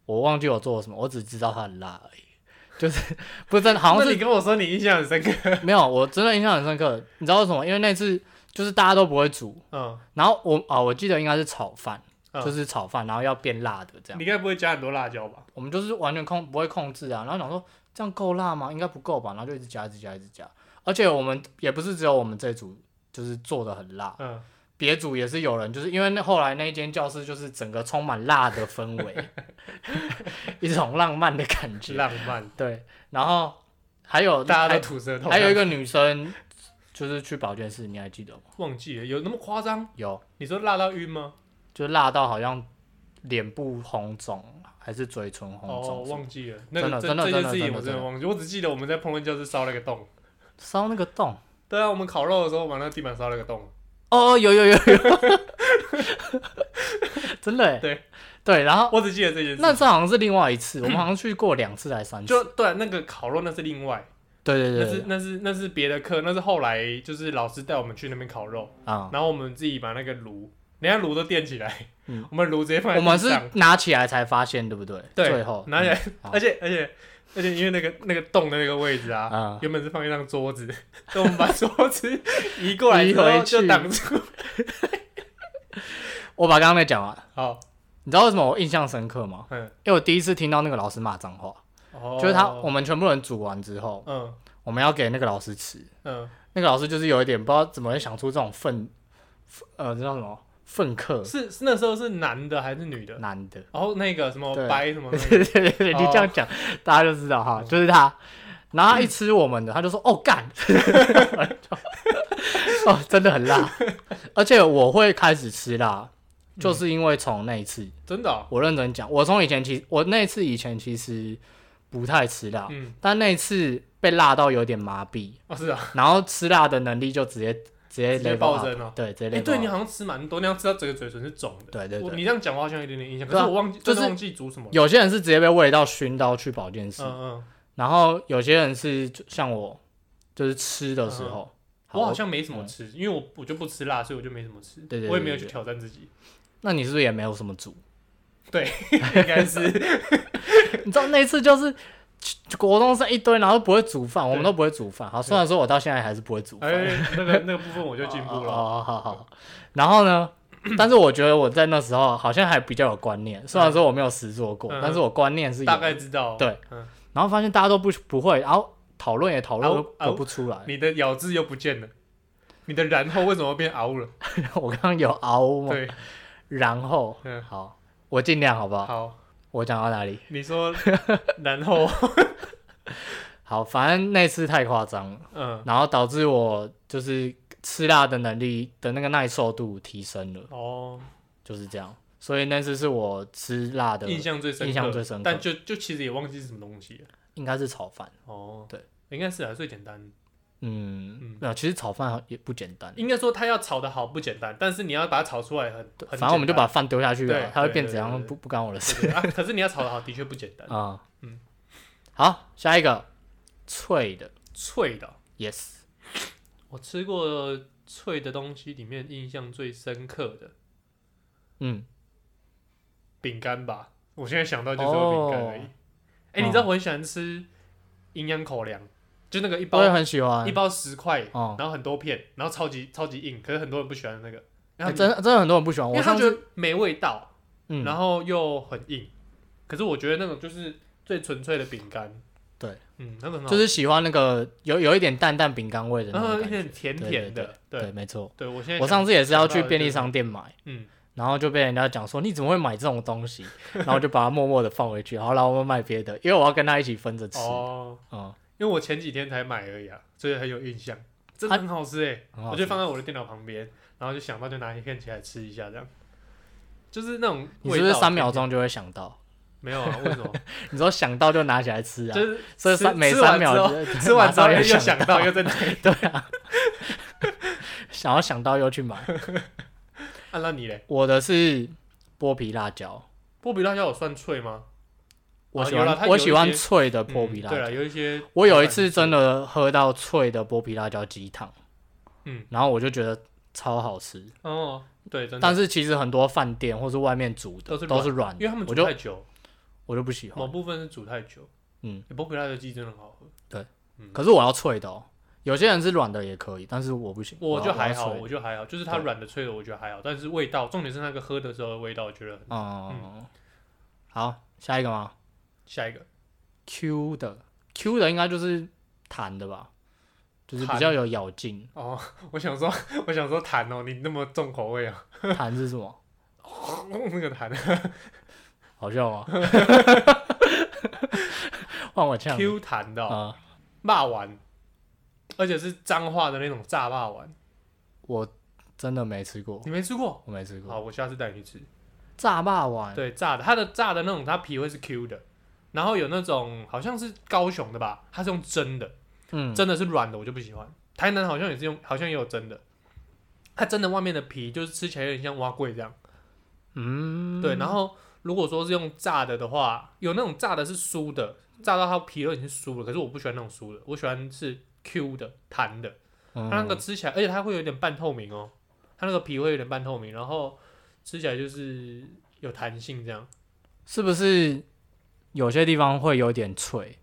[SPEAKER 3] 我忘记我做了什么，我只知道它很辣而已。就是 不是真的，好像
[SPEAKER 1] 那你
[SPEAKER 3] 是
[SPEAKER 1] 跟我说你印象很 深刻。
[SPEAKER 3] 没有，我真的印象很深刻。你知道为什么？因为那次就是大家都不会煮，
[SPEAKER 1] 嗯，
[SPEAKER 3] 然后我啊、我记得应该是炒饭，
[SPEAKER 1] 嗯
[SPEAKER 3] 就是炒饭，然后要变辣的这样。
[SPEAKER 1] 你该不会加很多辣椒吧？
[SPEAKER 3] 我们就是完全控不会控制啊，然后想说这样够辣吗？应该不够吧，然后就一直加，一直加，一直加。而且我们也不是只有我们这组就是做的很辣，
[SPEAKER 1] 嗯，
[SPEAKER 3] 别组也是有人，就是因为那后来那一间教室就是整个充满辣的氛围，一种浪漫的感觉。
[SPEAKER 1] 浪漫，
[SPEAKER 3] 对，然后还有
[SPEAKER 1] 大家
[SPEAKER 3] 还
[SPEAKER 1] 都吐舌头。
[SPEAKER 3] 还有一
[SPEAKER 1] 个
[SPEAKER 3] 个女生就是去保健室，你还记得吗？
[SPEAKER 1] 忘记了，有那么夸张？
[SPEAKER 3] 有，
[SPEAKER 1] 你说辣到晕吗？
[SPEAKER 3] 就辣到好像脸部红肿，还是嘴唇红
[SPEAKER 1] 哦，
[SPEAKER 3] 肿什么，
[SPEAKER 1] 忘记了，那个这
[SPEAKER 3] 真的
[SPEAKER 1] 这
[SPEAKER 3] 真的
[SPEAKER 1] 件事
[SPEAKER 3] 真
[SPEAKER 1] 情
[SPEAKER 3] 的
[SPEAKER 1] 我真
[SPEAKER 3] 真
[SPEAKER 1] 的
[SPEAKER 3] 的
[SPEAKER 1] 忘记，我只记得我们在烹饪教室烧了一个洞。
[SPEAKER 3] 烧那个洞。
[SPEAKER 1] 对啊，我们烤肉的时候把那个地板烧了一个洞。
[SPEAKER 3] 哦，哦有有有有， 真的欸
[SPEAKER 1] 对
[SPEAKER 3] 对，然后
[SPEAKER 1] 我只记得这件
[SPEAKER 3] 那
[SPEAKER 1] 事。
[SPEAKER 3] 次好像是另外一次，我们好像去过两次还是三次
[SPEAKER 1] 就，对啊、那个烤肉那是另外，
[SPEAKER 3] 对对
[SPEAKER 1] 那
[SPEAKER 3] 对
[SPEAKER 1] 是
[SPEAKER 3] 对，
[SPEAKER 1] 那是那是别的课，那是后来就是老师带我们去那边烤肉，
[SPEAKER 3] 啊，
[SPEAKER 1] 然后我们自己把那个炉，人家炉都垫起来，
[SPEAKER 3] 嗯
[SPEAKER 1] 我们炉直接放在
[SPEAKER 3] 我们
[SPEAKER 1] 地
[SPEAKER 3] 是
[SPEAKER 1] 上，
[SPEAKER 3] 拿起来才发现，对不对？
[SPEAKER 1] 对，
[SPEAKER 3] 最后嗯
[SPEAKER 1] 拿起来，
[SPEAKER 3] 好
[SPEAKER 1] 而且而且而且因为那个那个洞的那个位置啊，
[SPEAKER 3] 啊，
[SPEAKER 1] 原本是放一张桌子， 所以我们把桌子移过来
[SPEAKER 3] 移
[SPEAKER 1] 之后
[SPEAKER 3] 回
[SPEAKER 1] 就
[SPEAKER 3] 去
[SPEAKER 1] 挡住。
[SPEAKER 3] 我把刚刚那讲完，
[SPEAKER 1] 好，
[SPEAKER 3] 你知道为什么我印象深刻吗？
[SPEAKER 1] 嗯，
[SPEAKER 3] 因为我第一次听到那个老师骂脏话，
[SPEAKER 1] 哦
[SPEAKER 3] 就是他，我们全部人煮完之后，
[SPEAKER 1] 嗯
[SPEAKER 3] 我们要给那个老师吃，
[SPEAKER 1] 嗯，
[SPEAKER 3] 那个老师就是有一点不知道怎么会想出这种愤，呃，这叫什么愤客
[SPEAKER 1] 是是那时候是男的还是女的？
[SPEAKER 3] 男的。
[SPEAKER 1] 然后那个什么
[SPEAKER 3] 对
[SPEAKER 1] 白什么那
[SPEAKER 3] 对
[SPEAKER 1] 个，
[SPEAKER 3] 对对对，你这样
[SPEAKER 1] 哦
[SPEAKER 3] 讲，大家就知道哈，
[SPEAKER 1] 嗯
[SPEAKER 3] 就是他。然后他一吃我们的，他就说：“哦，干！” 哦，真的很辣。而且我会开始吃辣，
[SPEAKER 1] 嗯
[SPEAKER 3] 就是因为从那一次，
[SPEAKER 1] 真的哦、
[SPEAKER 3] 我认真讲，我从以前其我那一次以前其实不太吃辣，
[SPEAKER 1] 嗯，
[SPEAKER 3] 但那一次被辣到有点麻痹，
[SPEAKER 1] 哦是啊，
[SPEAKER 3] 然后吃辣的能力就直接直接
[SPEAKER 1] 直接
[SPEAKER 3] level
[SPEAKER 1] 暴
[SPEAKER 3] up
[SPEAKER 1] 增哦
[SPEAKER 3] 对，直
[SPEAKER 1] 哎、
[SPEAKER 3] 接 level
[SPEAKER 1] 对你
[SPEAKER 3] up
[SPEAKER 1] 好像吃蛮多，你要吃到整个嘴唇是肿的。
[SPEAKER 3] 对对
[SPEAKER 1] 我
[SPEAKER 3] 对
[SPEAKER 1] 你这样讲，我好像有点点印象，可
[SPEAKER 3] 对
[SPEAKER 1] 是
[SPEAKER 3] 啊
[SPEAKER 1] 我忘记，
[SPEAKER 3] 就是
[SPEAKER 1] 真的忘记煮什么了。
[SPEAKER 3] 有些人是直接被味道熏到去保健室，
[SPEAKER 1] 嗯
[SPEAKER 3] 然后有些人是就像我，就是吃的时候，
[SPEAKER 1] 嗯，我好像没什么吃，因为我我就不吃辣，所以我就没什么吃。
[SPEAKER 3] 对对对
[SPEAKER 1] 我也没有去
[SPEAKER 3] 对对
[SPEAKER 1] 挑战自 己，
[SPEAKER 3] 那你是不是也没有什么煮？
[SPEAKER 1] 应该是
[SPEAKER 3] 你知道那一次就是国中生一堆，然后不会煮饭，我们都不会煮饭。好，虽然说我到现在还是不会煮饭，
[SPEAKER 1] 哎，啊那个那个部分我就进步
[SPEAKER 3] 哦
[SPEAKER 1] 了。
[SPEAKER 3] 哦，好好。然后 呢，但是我觉得我在那时候好像还比较有观念，虽然说我没有实做过，
[SPEAKER 1] 嗯
[SPEAKER 3] 但是我观念是有。
[SPEAKER 1] 大概知道，
[SPEAKER 3] 对，
[SPEAKER 1] 嗯，
[SPEAKER 3] 然后发现大家都不不会，然后讨论也讨论
[SPEAKER 1] 嗷嗷
[SPEAKER 3] 不出 来。
[SPEAKER 1] 你的咬字又不见了，你的然后为什么变凹了？
[SPEAKER 3] 我刚刚有凹嘛，
[SPEAKER 1] 对，
[SPEAKER 3] 然后
[SPEAKER 1] 嗯，
[SPEAKER 3] 好，我尽量好不好？
[SPEAKER 1] 好，
[SPEAKER 3] 我讲到哪里？
[SPEAKER 1] 你说 然后，
[SPEAKER 3] 好，反正那次太夸张了，
[SPEAKER 1] 嗯，
[SPEAKER 3] 然后导致我就是吃辣的能力的那个耐受度提升了，
[SPEAKER 1] 哦，
[SPEAKER 3] 就是这样。所以那次是我吃辣的，
[SPEAKER 1] 印象最深刻，
[SPEAKER 3] 印象最深刻
[SPEAKER 1] 但就就其实也忘记是什么东西了。
[SPEAKER 3] 应该是炒饭。
[SPEAKER 1] 哦，
[SPEAKER 3] 对，
[SPEAKER 1] 应该是啊，最简单。
[SPEAKER 3] 嗯
[SPEAKER 1] 嗯，
[SPEAKER 3] 没有，其实炒饭也不简单。
[SPEAKER 1] 应该说它要炒的好不简单，但是你要把它炒出来很很简单。
[SPEAKER 3] 反正我们就把饭丢下去
[SPEAKER 1] 对
[SPEAKER 3] 了，它会
[SPEAKER 1] 对
[SPEAKER 3] 变
[SPEAKER 1] 对
[SPEAKER 3] 怎样
[SPEAKER 1] 对
[SPEAKER 3] 不不干我的事
[SPEAKER 1] 对啊，可是你要炒的好的确不简单。
[SPEAKER 3] 啊。
[SPEAKER 1] 嗯，
[SPEAKER 3] 好，下一个脆的
[SPEAKER 1] 脆的哦，
[SPEAKER 3] ，yes，
[SPEAKER 1] 我吃过脆的东西里面印象最深刻的
[SPEAKER 3] 嗯，
[SPEAKER 1] 饼干吧，我现在想到就是有饼干而已
[SPEAKER 3] 哦。
[SPEAKER 1] 哎，你知道我很喜欢吃营养口粮，就那个
[SPEAKER 3] 我
[SPEAKER 1] 一
[SPEAKER 3] 也
[SPEAKER 1] 包
[SPEAKER 3] 很喜欢
[SPEAKER 1] 一，包十块，
[SPEAKER 3] 哦
[SPEAKER 1] 然后很多片，然后超级超级硬，可是很多人不喜欢那个，然
[SPEAKER 3] 哎
[SPEAKER 1] 后
[SPEAKER 3] 真的真的很多人不喜欢。
[SPEAKER 1] 因
[SPEAKER 3] 我
[SPEAKER 1] 为他
[SPEAKER 3] 上
[SPEAKER 1] 觉
[SPEAKER 3] 次
[SPEAKER 1] 得没味道，
[SPEAKER 3] 嗯，
[SPEAKER 1] 然后又很硬。可是我觉得那种就是最纯粹的饼干。
[SPEAKER 3] 对，
[SPEAKER 1] 嗯，那个很好
[SPEAKER 3] 就是喜欢那个有有一点淡淡饼干味的
[SPEAKER 1] 然
[SPEAKER 3] 那
[SPEAKER 1] 后
[SPEAKER 3] 种
[SPEAKER 1] 嗯有
[SPEAKER 3] 感觉。
[SPEAKER 1] 点甜甜的。
[SPEAKER 3] 对，
[SPEAKER 1] 对，
[SPEAKER 3] 没错。
[SPEAKER 1] 对我现
[SPEAKER 3] 我
[SPEAKER 1] 在想
[SPEAKER 3] 上次也是要
[SPEAKER 1] 想
[SPEAKER 3] 去
[SPEAKER 1] 到的
[SPEAKER 3] 便利
[SPEAKER 1] 就是
[SPEAKER 3] 商店买，
[SPEAKER 1] 嗯，
[SPEAKER 3] 然后就被人家讲说你怎么会买这种东西，然后我就把它默默的放回去，好了，我们买别的，因为我要跟他一起分着吃。
[SPEAKER 1] 哦，
[SPEAKER 3] 嗯，
[SPEAKER 1] 因为我前几天才买而已啊，所以很有印象，真的很好吃哎、
[SPEAKER 3] 啊很好
[SPEAKER 1] 我
[SPEAKER 3] 吃
[SPEAKER 1] 就放在我的电脑旁边，然后就想到就拿一片起来吃一下，这样，就是那种
[SPEAKER 3] 你是不
[SPEAKER 1] 味
[SPEAKER 3] 是
[SPEAKER 1] 道
[SPEAKER 3] 三秒？钟就会想到？
[SPEAKER 1] 没有啊，为 什么？
[SPEAKER 3] 你说想到就拿起来吃啊？
[SPEAKER 1] 就是
[SPEAKER 3] 所以
[SPEAKER 1] 吃
[SPEAKER 3] 三每
[SPEAKER 1] 吃完
[SPEAKER 3] 三秒
[SPEAKER 1] 之
[SPEAKER 3] 就
[SPEAKER 1] 后吃完之后
[SPEAKER 3] 马上又
[SPEAKER 1] 又又
[SPEAKER 3] 想
[SPEAKER 1] 想到又在那里。
[SPEAKER 3] 对啊，想要想到又去买。
[SPEAKER 1] 按照啊你嘞，
[SPEAKER 3] 我的是剥皮辣椒，
[SPEAKER 1] 波比辣椒有算脆 吗？
[SPEAKER 3] 我
[SPEAKER 1] 哦
[SPEAKER 3] 喜
[SPEAKER 1] 有
[SPEAKER 3] 欢、
[SPEAKER 1] 啦它有
[SPEAKER 3] 我
[SPEAKER 1] 一
[SPEAKER 3] 喜欢
[SPEAKER 1] 些
[SPEAKER 3] 脆的剥皮辣
[SPEAKER 1] 嗯对
[SPEAKER 3] 椒。
[SPEAKER 1] 了，有一些。
[SPEAKER 3] 我有一次真
[SPEAKER 1] 的，
[SPEAKER 3] 的喝到脆的剥皮辣椒鸡汤，
[SPEAKER 1] 嗯，
[SPEAKER 3] 然后我就觉得超好吃。
[SPEAKER 1] 哦，对，真的，
[SPEAKER 3] 但是其实很多饭店或是外面煮的
[SPEAKER 1] 都是
[SPEAKER 3] 都是软
[SPEAKER 1] 因
[SPEAKER 3] 的，
[SPEAKER 1] 为他们煮
[SPEAKER 3] 我就
[SPEAKER 1] 太久，
[SPEAKER 3] 我就不喜
[SPEAKER 1] 某
[SPEAKER 3] 欢。
[SPEAKER 1] 部分是煮太久。
[SPEAKER 3] 嗯
[SPEAKER 1] 欸，波比辣椒鸡真的很好喝，嗯
[SPEAKER 3] 可是我要脆的哦。有些人是软的也可以，但是我不行。
[SPEAKER 1] 我
[SPEAKER 3] 要
[SPEAKER 1] 就还好，
[SPEAKER 3] 我要
[SPEAKER 1] 我
[SPEAKER 3] 脆
[SPEAKER 1] 就还好，就是它
[SPEAKER 3] 对
[SPEAKER 1] 软的脆的我觉得还好，但是味道，重点是那个喝的时候的味道，我觉得很。
[SPEAKER 3] 嗯，好，下一个吗
[SPEAKER 1] 下一个
[SPEAKER 3] ？Q 的 Q 的应该就是弹的吧，就是比
[SPEAKER 1] 弹
[SPEAKER 3] 较有咬劲。
[SPEAKER 1] 哦， 我想说，我想说痰哦，你那么重口味 啊，
[SPEAKER 3] 弹是什么？
[SPEAKER 1] 那个痰啊
[SPEAKER 3] 好笑 吗？换我呛你
[SPEAKER 1] Q 弹的哦
[SPEAKER 3] 啊！
[SPEAKER 1] 骂丸，而且是脏话的那种炸骂丸，
[SPEAKER 3] 我真的没吃过，
[SPEAKER 1] 你没吃过？
[SPEAKER 3] 我没吃过
[SPEAKER 1] 好，我下次带你去吃。
[SPEAKER 3] 炸霸丸。
[SPEAKER 1] 对，炸的，它的炸的那种，它皮会是 Q 的，然后有那种好像是高雄的吧，它是用蒸的，
[SPEAKER 3] 嗯，
[SPEAKER 1] 真的是软的，我就不喜欢。台南好像也是用，好像也有蒸的，它蒸的外面的皮就是吃起来有点像蛙桂这样。
[SPEAKER 3] 嗯，
[SPEAKER 1] 对，然后如果说是用炸的的话，有那种炸的是酥的，炸到它皮都已经酥了，可是我不喜欢那种酥的，我喜欢是 Q 的、弹的，它那
[SPEAKER 3] 嗯
[SPEAKER 1] 个吃起来，而且它会有点半透明哦，它那个皮会有点半透明，然后吃起来就是有弹性这样。
[SPEAKER 3] 是不是有些地方会有点脆？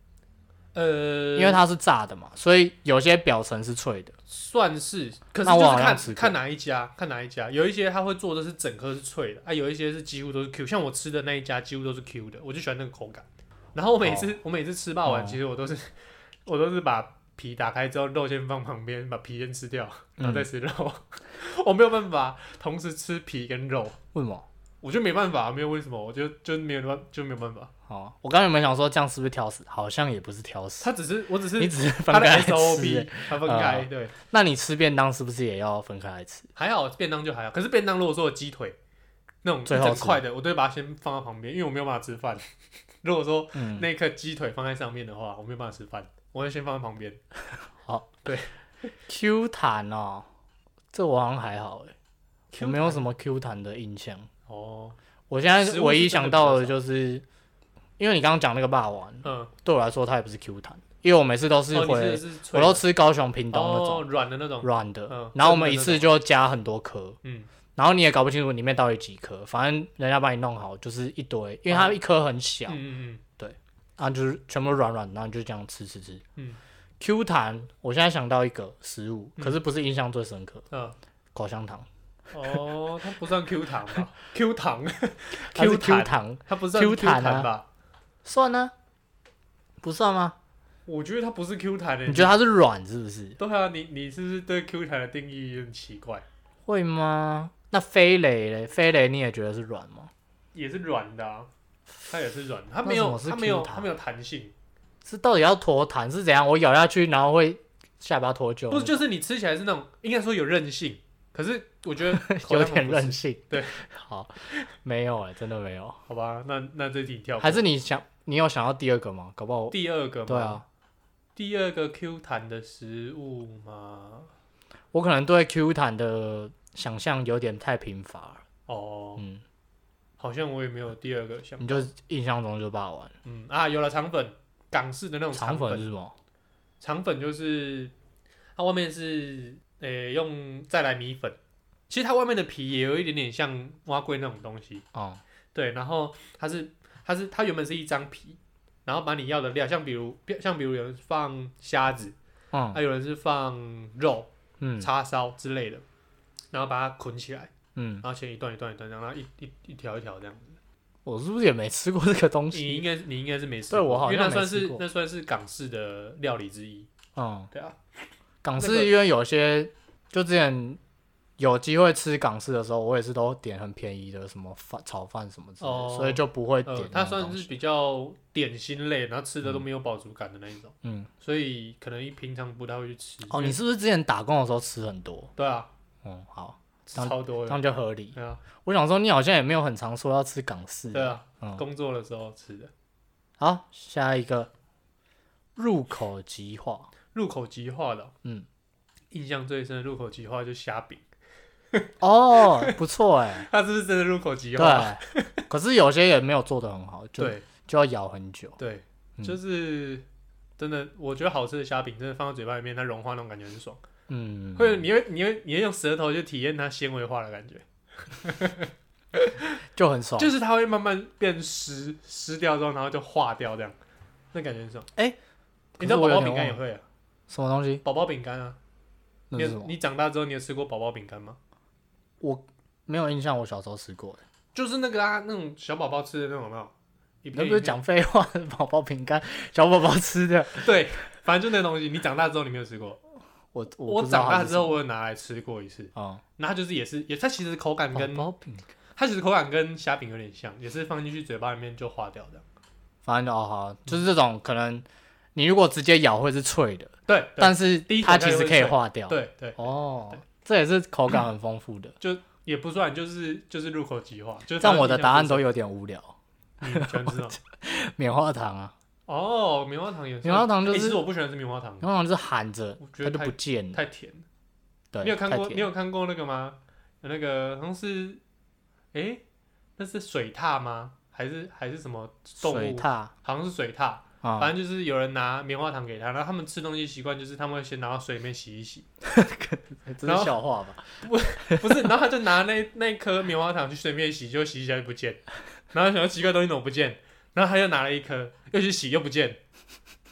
[SPEAKER 1] 呃，
[SPEAKER 3] 因为它是炸的嘛，所以有些表层是脆的。
[SPEAKER 1] 算是，可是
[SPEAKER 3] 那
[SPEAKER 1] 就
[SPEAKER 3] 我
[SPEAKER 1] 是
[SPEAKER 3] 好像
[SPEAKER 1] 看
[SPEAKER 3] 吃过
[SPEAKER 1] 看哪一家，看哪一家，有一些它会做的是整颗是脆的，啊，有一些是几乎都是 Q，像我吃的那一家几乎都是 Q 的，我就喜欢那个口感。然后我每次、我每次吃霸王，
[SPEAKER 3] 哦
[SPEAKER 1] 其实我都是 我都是把皮打开之后，肉先放旁边，把皮先吃掉，然后再吃肉。
[SPEAKER 3] 嗯
[SPEAKER 1] 我没有办法同时吃皮跟肉，
[SPEAKER 3] 为什么？
[SPEAKER 1] 我就没办法，没有为什么，我就就没有办就没有办法。
[SPEAKER 3] 好啊，我刚刚有没有想说这样是不是挑食？好像也不是挑食，
[SPEAKER 1] 它只是我只
[SPEAKER 3] 你
[SPEAKER 1] 是
[SPEAKER 3] 只是分
[SPEAKER 1] 它的
[SPEAKER 3] 开来吃哦而
[SPEAKER 1] SOP，
[SPEAKER 3] 已。
[SPEAKER 1] 它分开、对，
[SPEAKER 3] 那你吃便当是不是也要分开来吃？
[SPEAKER 1] 还好便当就还好，可是便当如果说有鸡腿那种一
[SPEAKER 3] 最后
[SPEAKER 1] 整
[SPEAKER 3] 吃
[SPEAKER 1] 块的，我都会把它先放在旁边，因为我没有办法吃饭。 如果说
[SPEAKER 3] 嗯，
[SPEAKER 1] 那一颗鸡腿放在上面的话，我没有办法吃饭，我会先放在旁边。
[SPEAKER 3] Q 弹哦，这我好像还好哎，我
[SPEAKER 1] Q
[SPEAKER 3] 没有什么 Q 弹的印象。
[SPEAKER 1] 哦，
[SPEAKER 3] 我现在
[SPEAKER 1] 食物
[SPEAKER 3] 唯一
[SPEAKER 1] 是真的
[SPEAKER 3] 想
[SPEAKER 1] 比较
[SPEAKER 3] 到的就是，因为你刚刚讲那个霸王，
[SPEAKER 1] 嗯，
[SPEAKER 3] 对我来说它也不是 Q 弹，因为我每次都是
[SPEAKER 1] 哦，你
[SPEAKER 3] 回，
[SPEAKER 1] 吃的是
[SPEAKER 3] 我
[SPEAKER 1] 脆的
[SPEAKER 3] 都吃高雄屏东那
[SPEAKER 1] 哦
[SPEAKER 3] 种
[SPEAKER 1] 软的那种，
[SPEAKER 3] 软的，
[SPEAKER 1] 嗯
[SPEAKER 3] 然后我们一次就加很多颗，
[SPEAKER 1] 嗯，
[SPEAKER 3] 然后你也搞不清楚里面到底几颗，反正人家帮你弄好就是一堆，因为它一颗很小，
[SPEAKER 1] 嗯嗯嗯，
[SPEAKER 3] 对，啊，就是全部软软，然后你就这样吃吃吃。
[SPEAKER 1] 嗯
[SPEAKER 3] ，Q 弹，我现在想到一个食物，可是不是印象最深刻，
[SPEAKER 1] 嗯，
[SPEAKER 3] 口香糖
[SPEAKER 1] 哦，它不算 Q 糖 吧？Q 糖
[SPEAKER 3] 它是
[SPEAKER 1] ，Q
[SPEAKER 3] Q
[SPEAKER 1] 弹，
[SPEAKER 3] 糖
[SPEAKER 1] 它不算
[SPEAKER 3] Q
[SPEAKER 1] Q
[SPEAKER 3] 弹
[SPEAKER 1] 弹
[SPEAKER 3] 啊
[SPEAKER 1] 吧？
[SPEAKER 3] 算呢、不算吗？
[SPEAKER 1] 我觉得它不是 Q 弹的、
[SPEAKER 3] 你觉得它是软是不是？
[SPEAKER 1] 对啊，你你是不是对 Q 弹的定义有点奇怪？
[SPEAKER 3] 会吗？那飞雷嘞？飞雷你也觉得是软吗？
[SPEAKER 1] 也是软的、啊，它也是软的，它
[SPEAKER 3] 那
[SPEAKER 1] 没
[SPEAKER 3] 什
[SPEAKER 1] 有
[SPEAKER 3] 么是
[SPEAKER 1] 它没有
[SPEAKER 3] Q 弹
[SPEAKER 1] 它没有弹性，
[SPEAKER 3] 是到底要脱弹是怎样？我咬下去然后会下巴脱臼？
[SPEAKER 1] 不是就是你吃起来是那种应该说有韧性，可是 我觉得口
[SPEAKER 3] 有
[SPEAKER 1] 香糖
[SPEAKER 3] 点
[SPEAKER 1] 不是
[SPEAKER 3] 任性。
[SPEAKER 1] 对，
[SPEAKER 3] 好，没有哎、真的没有。
[SPEAKER 1] 好吧？那那这题跳过
[SPEAKER 3] 还是你想，你有想到第二个吗？搞不好，
[SPEAKER 1] 第二个吗
[SPEAKER 3] 对，啊，
[SPEAKER 1] 第二个 Q 弹的食物吗？
[SPEAKER 3] 我可能对 Q 弹的想象有点太贫乏了。
[SPEAKER 1] 哦，
[SPEAKER 3] 嗯，
[SPEAKER 1] 好像我也没有第二个想
[SPEAKER 3] 你就印象中就霸王
[SPEAKER 1] 嗯啊，有了肠粉，港式的那种
[SPEAKER 3] 肠
[SPEAKER 1] 肠
[SPEAKER 3] 粉
[SPEAKER 1] 粉，
[SPEAKER 3] 是什么？
[SPEAKER 1] 肠粉就是它外面是诶、用再来米粉，其实它外面的皮也有一点点像蛙龟那种东西，
[SPEAKER 3] 哦、
[SPEAKER 1] 对，然后它是它是它原本是一张皮，然后把你要的料，像比如像比如有人放虾子，
[SPEAKER 3] 嗯
[SPEAKER 1] 还、有人是放肉、
[SPEAKER 3] 嗯
[SPEAKER 1] 叉烧之类的，然后把它捆起来，
[SPEAKER 3] 嗯，
[SPEAKER 1] 然后切一段一段一段，然后一一一条一条这样。
[SPEAKER 3] 我是不是也没吃过这个东
[SPEAKER 1] 你
[SPEAKER 3] 西？
[SPEAKER 1] 应该你应该是没吃
[SPEAKER 3] 对
[SPEAKER 1] 过，
[SPEAKER 3] 我好像
[SPEAKER 1] 因为那
[SPEAKER 3] 没
[SPEAKER 1] 算
[SPEAKER 3] 吃
[SPEAKER 1] 是
[SPEAKER 3] 过
[SPEAKER 1] 那算是港式的料理之一，
[SPEAKER 3] 嗯，
[SPEAKER 1] 对啊，
[SPEAKER 3] 港
[SPEAKER 1] 那个
[SPEAKER 3] 式因为有些就之前有机会吃港式的时候，我也是都点很便宜的什么饭炒饭什么之类的，
[SPEAKER 1] 哦
[SPEAKER 3] 所以就不会点
[SPEAKER 1] 呃，
[SPEAKER 3] 那
[SPEAKER 1] 它
[SPEAKER 3] 种
[SPEAKER 1] 算
[SPEAKER 3] 东西。
[SPEAKER 1] 是比较点心类，然后吃的都没有饱足感的那一种，
[SPEAKER 3] 嗯，
[SPEAKER 1] 所以可能一平常不太会去吃。
[SPEAKER 3] 哦，你是不是之前打工的时候吃很多？
[SPEAKER 1] 对啊，
[SPEAKER 3] 嗯，好，
[SPEAKER 1] 吃
[SPEAKER 3] 当
[SPEAKER 1] 超多
[SPEAKER 3] 这
[SPEAKER 1] 的，
[SPEAKER 3] 样就合理。
[SPEAKER 1] 对啊，
[SPEAKER 3] 我想说，你好像也没有很常说要吃港式。
[SPEAKER 1] 对啊，
[SPEAKER 3] 嗯，
[SPEAKER 1] 工作的时候吃的，
[SPEAKER 3] 好，下一个入口即化，
[SPEAKER 1] 入口即化的，
[SPEAKER 3] 嗯，
[SPEAKER 1] 印象最深的入口即化就虾饼，
[SPEAKER 3] 哦，不错哎，
[SPEAKER 1] 它是不是真的入口即化？
[SPEAKER 3] 对。可是有些也没有做啊的很好，就
[SPEAKER 1] 对
[SPEAKER 3] 就要咬很久。
[SPEAKER 1] 对，
[SPEAKER 3] 嗯
[SPEAKER 1] 就是真的，我觉得好吃的虾饼真的放到嘴巴里面，它融化那种感觉很爽。
[SPEAKER 3] 嗯，
[SPEAKER 1] 会，你会，你会，你会用舌头去体验它纤维化的感觉，
[SPEAKER 3] 就很爽。
[SPEAKER 1] 就是它会慢慢变湿，湿掉之后，然后就化掉这样，那感觉很爽。
[SPEAKER 3] 哎
[SPEAKER 1] 你知道
[SPEAKER 3] 可
[SPEAKER 1] 宝
[SPEAKER 3] 是我有
[SPEAKER 1] 宝
[SPEAKER 3] 点
[SPEAKER 1] 饼干也
[SPEAKER 3] 忘
[SPEAKER 1] 会啊，
[SPEAKER 3] 什么东西？
[SPEAKER 1] 宝宝饼干啊，
[SPEAKER 3] 那是
[SPEAKER 1] 你有
[SPEAKER 3] 什么？
[SPEAKER 1] 你长大之后，你有吃过宝宝饼干吗？
[SPEAKER 3] 没有印象，我小时候吃过。
[SPEAKER 1] 就是那个啊，那种小宝宝吃的那种，有没有一
[SPEAKER 3] 那
[SPEAKER 1] 片
[SPEAKER 3] 不是
[SPEAKER 1] 一片
[SPEAKER 3] 讲废话？ 宝宝饼干，小宝宝吃的。
[SPEAKER 1] 对，反正就那东西，你长大之后你没有吃过，
[SPEAKER 3] 我
[SPEAKER 1] 我
[SPEAKER 3] 不知道
[SPEAKER 1] 长
[SPEAKER 3] 它
[SPEAKER 1] 大
[SPEAKER 3] 是
[SPEAKER 1] 之
[SPEAKER 3] 什
[SPEAKER 1] 后
[SPEAKER 3] 么，
[SPEAKER 1] 我有拿来吃过一次，
[SPEAKER 3] 嗯，
[SPEAKER 1] 那它就是也是也，它其实口感跟
[SPEAKER 3] 宝宝饼干，
[SPEAKER 1] 它其实口感跟虾饼有点像，也是放进去嘴巴里面就化掉的。
[SPEAKER 3] 反正就哦好，就是这种可能，你如果直接咬会是脆的，
[SPEAKER 1] 对，对
[SPEAKER 3] 但是
[SPEAKER 1] 第一口
[SPEAKER 3] 它
[SPEAKER 1] 它
[SPEAKER 3] 其
[SPEAKER 1] 就
[SPEAKER 3] 实
[SPEAKER 1] 会
[SPEAKER 3] 可以
[SPEAKER 1] 脆
[SPEAKER 3] 化掉。
[SPEAKER 1] 对对，
[SPEAKER 3] 哦，这也是口感很丰富的。
[SPEAKER 1] 也不算，就是就是入口即化。就是
[SPEAKER 3] 这样我的
[SPEAKER 1] 它
[SPEAKER 3] 答案
[SPEAKER 1] 印象
[SPEAKER 3] 都有点无聊。
[SPEAKER 1] 最深你喜欢吃 吗？
[SPEAKER 3] 棉花糖啊，
[SPEAKER 1] 哦，棉花糖也是。
[SPEAKER 3] 棉花糖就
[SPEAKER 1] 欸其
[SPEAKER 3] 是
[SPEAKER 1] 实我不喜欢吃棉花糖
[SPEAKER 3] 棉，花糖就是含着
[SPEAKER 1] 我
[SPEAKER 3] 它
[SPEAKER 1] 觉得
[SPEAKER 3] 就
[SPEAKER 1] 太
[SPEAKER 3] 不见了。
[SPEAKER 1] 太甜。
[SPEAKER 3] 对，
[SPEAKER 1] 你有看
[SPEAKER 3] 太
[SPEAKER 1] 过你
[SPEAKER 3] 甜
[SPEAKER 1] 有看过那个吗？有那个好像是，哎，那是水獭吗？还是还是什么动
[SPEAKER 3] 水
[SPEAKER 1] 物？
[SPEAKER 3] 獭
[SPEAKER 1] 好像是水獭，
[SPEAKER 3] 啊，
[SPEAKER 1] 反正就是有人拿棉花糖给他，然后他们吃东西习惯就是他们会先拿到水里面洗一洗，
[SPEAKER 3] 这是
[SPEAKER 1] 然后
[SPEAKER 3] 笑话吧？
[SPEAKER 1] 不是，然后他就拿那那一颗棉花糖去水里面洗，就洗一下就不见，然后想说奇怪东西怎么不见，然后他又拿了一颗又去洗又不见，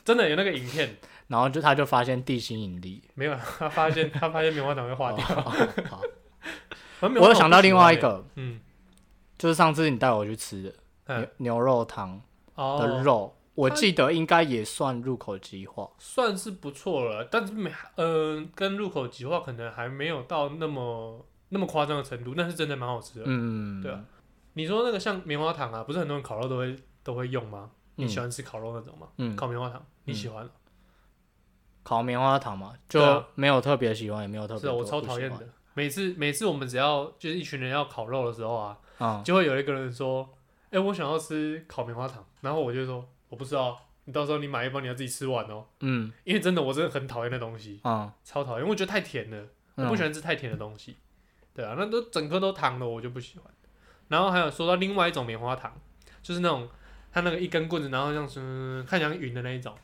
[SPEAKER 1] 真的有那个影片，
[SPEAKER 3] 然后就他就发现地心引力。
[SPEAKER 1] 没有，他发现他发现棉花糖会化掉。
[SPEAKER 3] 哦好 好
[SPEAKER 1] 我
[SPEAKER 3] 我有想到另外一，个，
[SPEAKER 1] 嗯，
[SPEAKER 3] 就是上次你带我去吃的
[SPEAKER 1] 嗯
[SPEAKER 3] 牛牛肉汤的
[SPEAKER 1] 哦，
[SPEAKER 3] 肉，我
[SPEAKER 1] 它
[SPEAKER 3] 记得应该也算入口即化。
[SPEAKER 1] 算是不错了，但是没，嗯、跟入口即化可能还没有到那么那么夸张的程度，但是真的蛮好吃的。
[SPEAKER 3] 嗯，
[SPEAKER 1] 对啊你说那个像棉花糖啊，不是很多人烤肉都会都会用吗？你
[SPEAKER 3] 嗯
[SPEAKER 1] 喜欢吃烤肉那种吗？
[SPEAKER 3] 嗯，
[SPEAKER 1] 烤棉花糖你喜欢？
[SPEAKER 3] 烤棉花糖嘛，
[SPEAKER 1] 对
[SPEAKER 3] 就
[SPEAKER 1] 啊
[SPEAKER 3] 没有特别喜欢，也没有特别
[SPEAKER 1] 是啊
[SPEAKER 3] 多
[SPEAKER 1] 我
[SPEAKER 3] 不喜欢。
[SPEAKER 1] 超讨厌的。每次每次我们只要就是一群人要烤肉的时候啊，
[SPEAKER 3] 嗯，
[SPEAKER 1] 就会有一个人说：“哎、我想要吃烤棉花糖。”然后我就说：“我不知道，你到时候你买一包你要自己吃完哦。
[SPEAKER 3] 嗯”
[SPEAKER 1] 因为真的我真的很讨厌那东西，
[SPEAKER 3] 嗯
[SPEAKER 1] 超讨厌，因为我觉得太甜了，我
[SPEAKER 3] 嗯，
[SPEAKER 1] 不喜欢吃太甜的东西。对啊，那都整颗都糖的我就不喜欢。然后还有说到另外一种棉花糖，就是那种它那个一根棍子，然后像是看起来像云的那一种，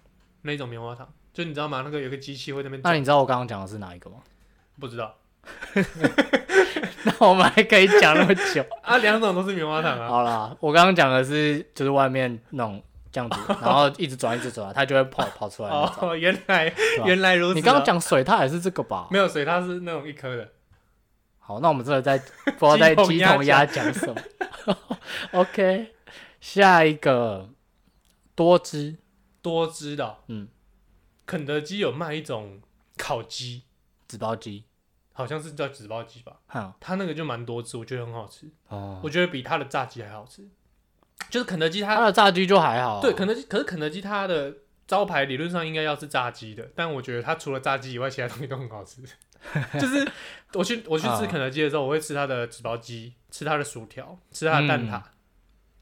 [SPEAKER 1] 那一种棉花糖，就你知道吗？那个有个机器会在那边
[SPEAKER 3] 那
[SPEAKER 1] 转，
[SPEAKER 3] 你知道我刚刚讲的是哪一个吗？
[SPEAKER 1] 不知道。
[SPEAKER 3] 那我们还可以 讲那么久。
[SPEAKER 1] 啊，两种都是棉花糖啊。
[SPEAKER 3] 好啦，我刚刚讲的是就是外面那种这样子，然后一直转一直转，它就会跑跑出来那种。
[SPEAKER 1] 哦，原来
[SPEAKER 3] 吧
[SPEAKER 1] 原来如此啊。哦
[SPEAKER 3] 你刚刚讲水，它也是这个吧？
[SPEAKER 1] 没有水，它是那种一颗的。
[SPEAKER 3] 好，那我们真的在不知道在鸡
[SPEAKER 1] 鸡同
[SPEAKER 3] 同鸭
[SPEAKER 1] 鸭
[SPEAKER 3] 讲什么。OK，下一个多汁
[SPEAKER 1] 多汁的哦，
[SPEAKER 3] 嗯
[SPEAKER 1] 肯德基有卖一种烤鸡，
[SPEAKER 3] 纸包鸡，
[SPEAKER 1] 好像是叫纸包鸡吧，
[SPEAKER 3] 哼
[SPEAKER 1] 它那个就蛮多汁，我觉得很好吃，
[SPEAKER 3] 哦，
[SPEAKER 1] 我觉得比它的炸鸡还好吃。就是肯德基它
[SPEAKER 3] 它的炸鸡就还好啊，
[SPEAKER 1] 对肯德基，可是肯德基它的招牌理论上应该要是炸鸡的，但我觉得它除了炸鸡以外，其他东西都很好吃。 就是我去我去吃
[SPEAKER 3] 啊
[SPEAKER 1] 肯德基的时候，我会吃它的纸包鸡，吃它的薯条，吃它的蛋挞，
[SPEAKER 3] 嗯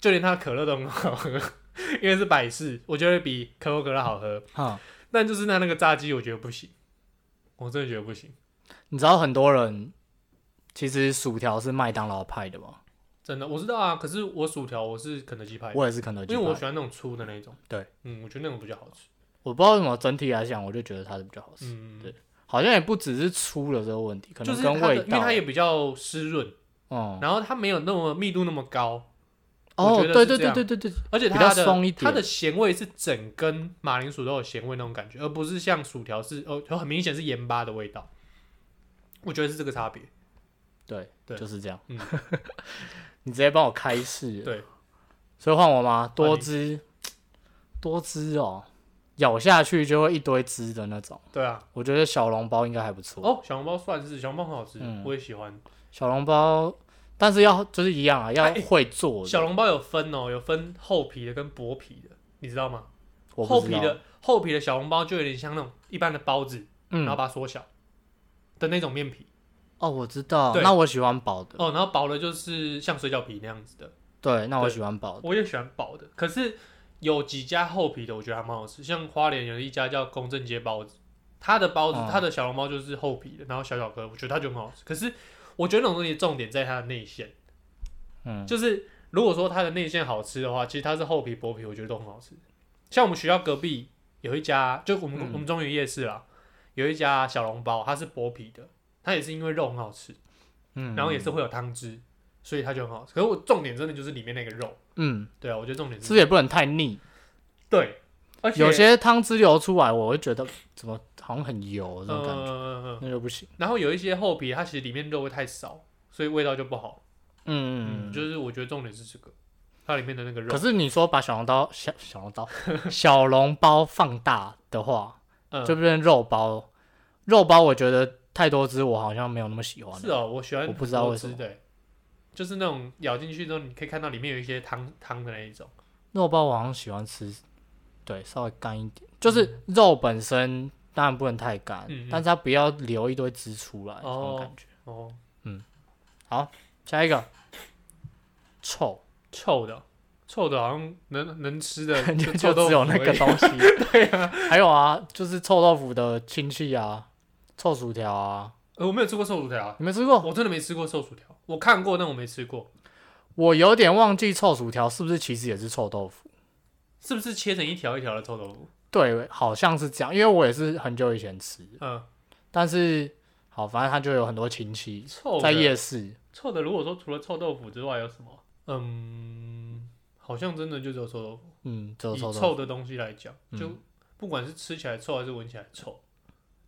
[SPEAKER 1] 就连它的可乐都很好喝，因为是百事，我觉得比可口可乐好喝。
[SPEAKER 3] 哼，
[SPEAKER 1] 但就是那那个炸鸡，我觉得不行，我真的觉得不行，
[SPEAKER 3] 你知道很多人其实薯条是麦当劳派的吗？
[SPEAKER 1] 真的我知道啊。可是我薯条我是肯德基派的，
[SPEAKER 3] 我也是肯德基
[SPEAKER 1] 因为
[SPEAKER 3] 派，
[SPEAKER 1] 我喜欢那种粗的那种。
[SPEAKER 3] 对，
[SPEAKER 1] 嗯，我觉得那种比较好吃。
[SPEAKER 3] 我不知道为什么整体来讲，我就觉得它是比较好吃，
[SPEAKER 1] 嗯，
[SPEAKER 3] 对好像也不只是粗了这个问题，可
[SPEAKER 1] 就是
[SPEAKER 3] 能
[SPEAKER 1] 它
[SPEAKER 3] 跟味
[SPEAKER 1] 的，因为
[SPEAKER 3] 道，啊
[SPEAKER 1] 它也比较湿润。
[SPEAKER 3] 嗯，
[SPEAKER 1] 然后它没有那么密度那么高，
[SPEAKER 3] 哦，
[SPEAKER 1] 我觉得
[SPEAKER 3] 对对
[SPEAKER 1] 是这
[SPEAKER 3] 对
[SPEAKER 1] 样
[SPEAKER 3] 对对对，
[SPEAKER 1] 而且
[SPEAKER 3] 比较
[SPEAKER 1] 它的
[SPEAKER 3] 松一点
[SPEAKER 1] 它的咸味是整根马铃薯都有咸味那种感觉，而不是像薯条是哦，很明显是盐巴的味道。我觉得是这个差别。
[SPEAKER 3] 对，
[SPEAKER 1] 对
[SPEAKER 3] 就是这样。
[SPEAKER 1] 嗯
[SPEAKER 3] 你直接帮我开市。
[SPEAKER 1] 对，
[SPEAKER 3] 所以换我吗？多汁，多汁哦，咬下去就会一堆汁的那种。
[SPEAKER 1] 对啊，
[SPEAKER 3] 我觉得小笼包应该还不错。
[SPEAKER 1] 哦，小笼包算是小笼包很好吃，
[SPEAKER 3] 嗯
[SPEAKER 1] 我也喜欢。
[SPEAKER 3] 小笼包，但是要就是一样啊，要
[SPEAKER 1] 哎
[SPEAKER 3] 会做的。
[SPEAKER 1] 小笼包有分哦，有分厚皮的跟薄皮的，你知道吗？
[SPEAKER 3] 我不
[SPEAKER 1] 厚
[SPEAKER 3] 知
[SPEAKER 1] 皮
[SPEAKER 3] 道，
[SPEAKER 1] 的厚皮的小笼包就有点像那种一般的包子，然后
[SPEAKER 3] 嗯，
[SPEAKER 1] 把它缩小的那种面皮。
[SPEAKER 3] 哦，我知道。
[SPEAKER 1] 对
[SPEAKER 3] 那我喜欢薄的，
[SPEAKER 1] 哦，然后薄的就是像水饺皮那样子的。
[SPEAKER 3] 对，那我
[SPEAKER 1] 对
[SPEAKER 3] 喜欢薄的。
[SPEAKER 1] 我也喜欢薄的，可是有几家厚皮的，我觉得还蛮好吃。像花莲有一家叫公正街包子，它的包子，
[SPEAKER 3] 哦
[SPEAKER 1] 它的小笼包就是厚皮的，然后小小颗，我觉得它就很好吃。可是我觉得那种东西重点在它的内馅，
[SPEAKER 3] 嗯，
[SPEAKER 1] 就是如果说它的内馅好吃的话，其实它是厚皮薄皮，我觉得都很好吃。像我们学校隔壁有一家，就我们、
[SPEAKER 3] 嗯
[SPEAKER 1] 我们中原夜市啦，有一家小笼包，它是薄皮的，它也是因为肉很好吃，
[SPEAKER 3] 嗯，
[SPEAKER 1] 然后也是会有汤汁，所以它就很好吃。可是我重点真的就是里面那个肉，
[SPEAKER 3] 嗯，
[SPEAKER 1] 对啊，我觉得重点
[SPEAKER 3] 是
[SPEAKER 1] 是
[SPEAKER 3] 不是也不能太腻？
[SPEAKER 1] 对，而且
[SPEAKER 3] 有些汤汁流出来，我会觉得嗯怎么好像很油这种感觉，
[SPEAKER 1] 嗯，
[SPEAKER 3] 那就不行。
[SPEAKER 1] 然后有一些厚皮，它其实里面肉会太少，所以味道就不好。
[SPEAKER 3] 嗯
[SPEAKER 1] 嗯，，就是我觉得重点是这个，它里面的那个肉
[SPEAKER 3] 可。是你说把小笼包小小笼包 小笼包放大的话，
[SPEAKER 1] 嗯，
[SPEAKER 3] 就变成肉包。肉包我觉得太多汁，我好像没有那么喜欢。
[SPEAKER 1] 是哦，我喜欢
[SPEAKER 3] 我不知道为什么
[SPEAKER 1] 多汁的，就是那种咬进去之后，你可以看到里面有一些汤汤的那一种。
[SPEAKER 3] 肉包我好像喜欢吃，对，稍微干一点，就是肉本身当然不能太干，
[SPEAKER 1] 嗯嗯
[SPEAKER 3] 但是它不要留一堆汁出来，这种
[SPEAKER 1] 哦
[SPEAKER 3] 感觉。
[SPEAKER 1] 哦，
[SPEAKER 3] 下一个， 臭，
[SPEAKER 1] 臭的，臭的，好像能能吃的
[SPEAKER 3] 就
[SPEAKER 1] 臭
[SPEAKER 3] 就
[SPEAKER 1] 豆
[SPEAKER 3] 只
[SPEAKER 1] 腐
[SPEAKER 3] 有那
[SPEAKER 1] 而
[SPEAKER 3] 个
[SPEAKER 1] 已
[SPEAKER 3] 东西。对啊，还有啊，就是臭豆腐的亲戚啊，臭薯条啊，
[SPEAKER 1] 呃我没有吃过臭薯条啊，
[SPEAKER 3] 你没吃过？
[SPEAKER 1] 我真的没吃过臭薯条，我看过但我没吃过，
[SPEAKER 3] 我有点忘记臭薯条是不是其实也是臭豆腐？
[SPEAKER 1] 是不是切成一条一条的臭豆腐？
[SPEAKER 3] 对，好像是这样，因为我也是很久以前吃，
[SPEAKER 1] 嗯，
[SPEAKER 3] 但是好，反正它就有很多亲戚
[SPEAKER 1] 臭的
[SPEAKER 3] 在夜市，
[SPEAKER 1] 臭的，如果说除了臭豆腐之外有什么？嗯，好像真的就只有臭豆腐。
[SPEAKER 3] 嗯，只有
[SPEAKER 1] 以
[SPEAKER 3] 臭豆腐。
[SPEAKER 1] 臭的东西来讲，
[SPEAKER 3] 嗯
[SPEAKER 1] 就不管是吃起来臭还是闻起来臭，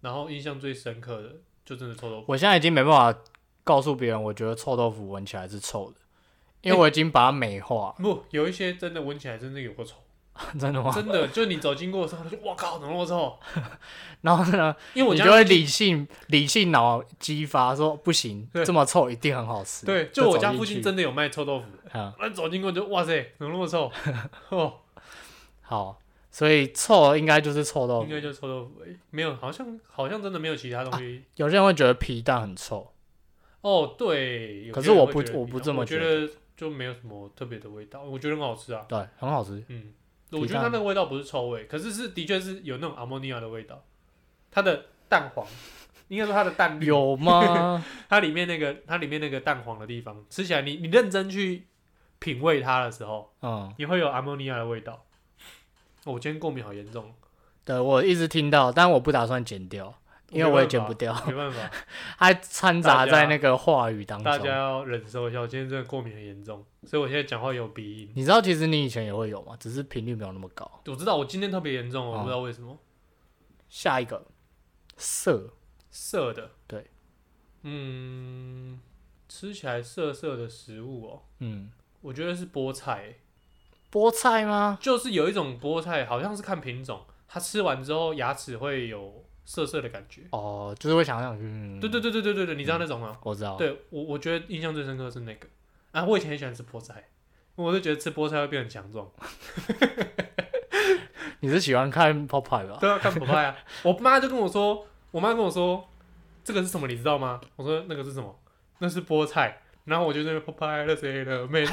[SPEAKER 1] 然后印象最深刻的就真的臭豆腐。
[SPEAKER 3] 我现在已经没办法告诉别人，我觉得臭豆腐闻起来是臭的，因为
[SPEAKER 1] 欸
[SPEAKER 3] 我已经把它美化 了，
[SPEAKER 1] 不，有一些真的闻起来真的有过臭，
[SPEAKER 3] 真的吗？
[SPEAKER 1] 真的就你走经过的时候，就哇靠，怎么那么臭？
[SPEAKER 3] 然后呢，
[SPEAKER 1] 因为我
[SPEAKER 3] 你
[SPEAKER 1] 家
[SPEAKER 3] 就会理性理性脑激发，说不行，
[SPEAKER 1] 对
[SPEAKER 3] 这么臭一定很好吃。
[SPEAKER 1] 对，就我
[SPEAKER 3] 走
[SPEAKER 1] 家
[SPEAKER 3] 进
[SPEAKER 1] 附近
[SPEAKER 3] 去
[SPEAKER 1] 真的有卖臭豆腐，
[SPEAKER 3] 嗯
[SPEAKER 1] 那走经过就哇塞，怎么那 么臭？哦，
[SPEAKER 3] 好，所以臭应该就是臭豆
[SPEAKER 1] 应
[SPEAKER 3] 腐。
[SPEAKER 1] 该就是臭豆腐而已，没有，好像好像真的没有其他东西。
[SPEAKER 3] 有些人会觉得皮蛋很臭，
[SPEAKER 1] 哦，对。有
[SPEAKER 3] 可
[SPEAKER 1] 些
[SPEAKER 3] 是
[SPEAKER 1] 人
[SPEAKER 3] 我
[SPEAKER 1] 会
[SPEAKER 3] 不
[SPEAKER 1] 觉得
[SPEAKER 3] 我
[SPEAKER 1] 比
[SPEAKER 3] 不
[SPEAKER 1] 较
[SPEAKER 3] 这么
[SPEAKER 1] 我觉
[SPEAKER 3] 觉
[SPEAKER 1] 得就没有什么特别的味道，我觉得很好吃啊。
[SPEAKER 3] 对，很好吃。
[SPEAKER 1] 嗯，
[SPEAKER 3] 皮
[SPEAKER 1] 我觉得它
[SPEAKER 3] 蛋
[SPEAKER 1] 那个味道不是臭味，可是是的确是有那种阿莫尼亚的味道，它的蛋黄，应该说它的 蛋绿，
[SPEAKER 3] 有吗？
[SPEAKER 1] 它里面那个它里面那个蛋黄的地方，吃起来你你认真去品味它的时候，
[SPEAKER 3] 嗯，
[SPEAKER 1] 你会有阿莫尼亚的味道。 哦我今天过敏好严重，
[SPEAKER 3] 对我一直听到，但我不打算剪掉，因为我也剪不掉，
[SPEAKER 1] 没办法，
[SPEAKER 3] 它掺杂在那个话语当
[SPEAKER 1] 大家
[SPEAKER 3] 中。
[SPEAKER 1] 要忍受一下。我今天真的过敏很严重，所以我现在讲话有鼻音。
[SPEAKER 3] 你知道，其实你以前也会有嘛，只是频率没有那么高。
[SPEAKER 1] 我知道我今天特别严重，我
[SPEAKER 3] 哦
[SPEAKER 1] 不知道为什么。
[SPEAKER 3] 下一个色，
[SPEAKER 1] 涩的，
[SPEAKER 3] 对，
[SPEAKER 1] 嗯，吃起来涩涩的食物哦，
[SPEAKER 3] 嗯，
[SPEAKER 1] 我觉得是菠菜欸，
[SPEAKER 3] 菠菜吗？
[SPEAKER 1] 就是有一种菠菜，好像是看品种，它吃完之后牙齿会有涩涩的感觉。
[SPEAKER 3] 哦，就是会想想，嗯，哦
[SPEAKER 1] 对对，对对对对对，你知道那种吗？
[SPEAKER 3] 我知道。
[SPEAKER 1] 对我我觉得印象最深刻的是那个啊，我以前很喜欢吃菠菜，我就觉得吃菠菜会变很强壮。
[SPEAKER 3] 哦你是喜欢看 Popeye 吧？
[SPEAKER 1] 对啊，看不派啊！我妈就跟我说，我妈跟我说这个是什么，你知道吗？我说那个是什么？那是菠菜。然后我就在那边拍了谁了妹，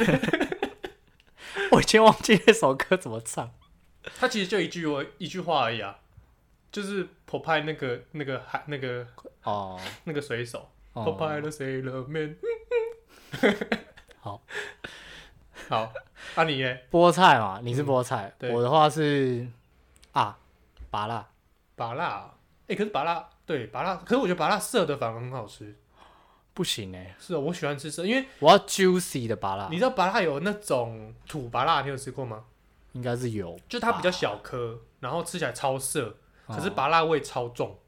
[SPEAKER 3] 我已经忘记那首歌怎么唱。
[SPEAKER 1] 他其实就一句我一句话而已啊，就是破派那个那个海那个
[SPEAKER 3] 哦，
[SPEAKER 1] 那个水手
[SPEAKER 3] 哦
[SPEAKER 1] 破派了谁了妹。
[SPEAKER 3] 好，
[SPEAKER 1] 好，啊你耶，
[SPEAKER 3] 菠菜嘛，你是菠菜，
[SPEAKER 1] 嗯对
[SPEAKER 3] 我的话是啊，拔辣。
[SPEAKER 1] 拔辣啊，哎、可是拔辣对拔辣，可是我觉得拔辣色的反而很好吃。
[SPEAKER 3] 不行哎、
[SPEAKER 1] 是啊、我喜欢吃色，因为
[SPEAKER 3] 我要 juicy 的拔辣
[SPEAKER 1] 你，知道拔辣有那种土拔辣，你有吃过吗？
[SPEAKER 3] 应该是有吧，
[SPEAKER 1] 就它比较小颗，然后吃起来超涩，
[SPEAKER 3] 哦
[SPEAKER 1] 可是拔辣味超重。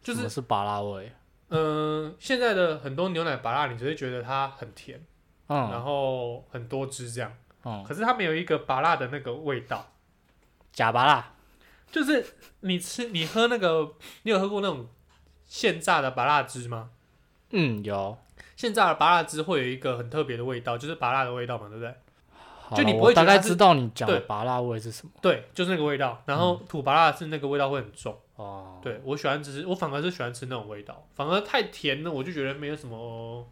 [SPEAKER 1] 就
[SPEAKER 3] 什么
[SPEAKER 1] 是，
[SPEAKER 3] 是拔辣味，
[SPEAKER 1] 嗯、现在的很多牛奶拔辣，你只会觉得它很甜，然
[SPEAKER 3] 嗯
[SPEAKER 1] 后很多汁这样，
[SPEAKER 3] 嗯，
[SPEAKER 1] 可是它没有一个拔辣的那个味道。
[SPEAKER 3] 假拔辣，
[SPEAKER 1] 就是你吃，你喝那个，你有喝过那种现榨的拔辣汁吗？
[SPEAKER 3] 嗯有，
[SPEAKER 1] 现榨的拔辣汁会有一个很特别的味道，就是拔辣的味道嘛，对不对？
[SPEAKER 3] 好
[SPEAKER 1] 就
[SPEAKER 3] 了
[SPEAKER 1] 你不
[SPEAKER 3] 我
[SPEAKER 1] 会觉
[SPEAKER 3] 大
[SPEAKER 1] 得
[SPEAKER 3] 概
[SPEAKER 1] 它是
[SPEAKER 3] 知道你讲的
[SPEAKER 1] 对
[SPEAKER 3] 拔辣味是什么
[SPEAKER 1] 对，就是那个味道。然后土拔辣是那个味道会很重。
[SPEAKER 3] 哦，
[SPEAKER 1] 对我喜欢吃，我反而是喜欢吃那种味道，反而太甜了，我就觉得没有什么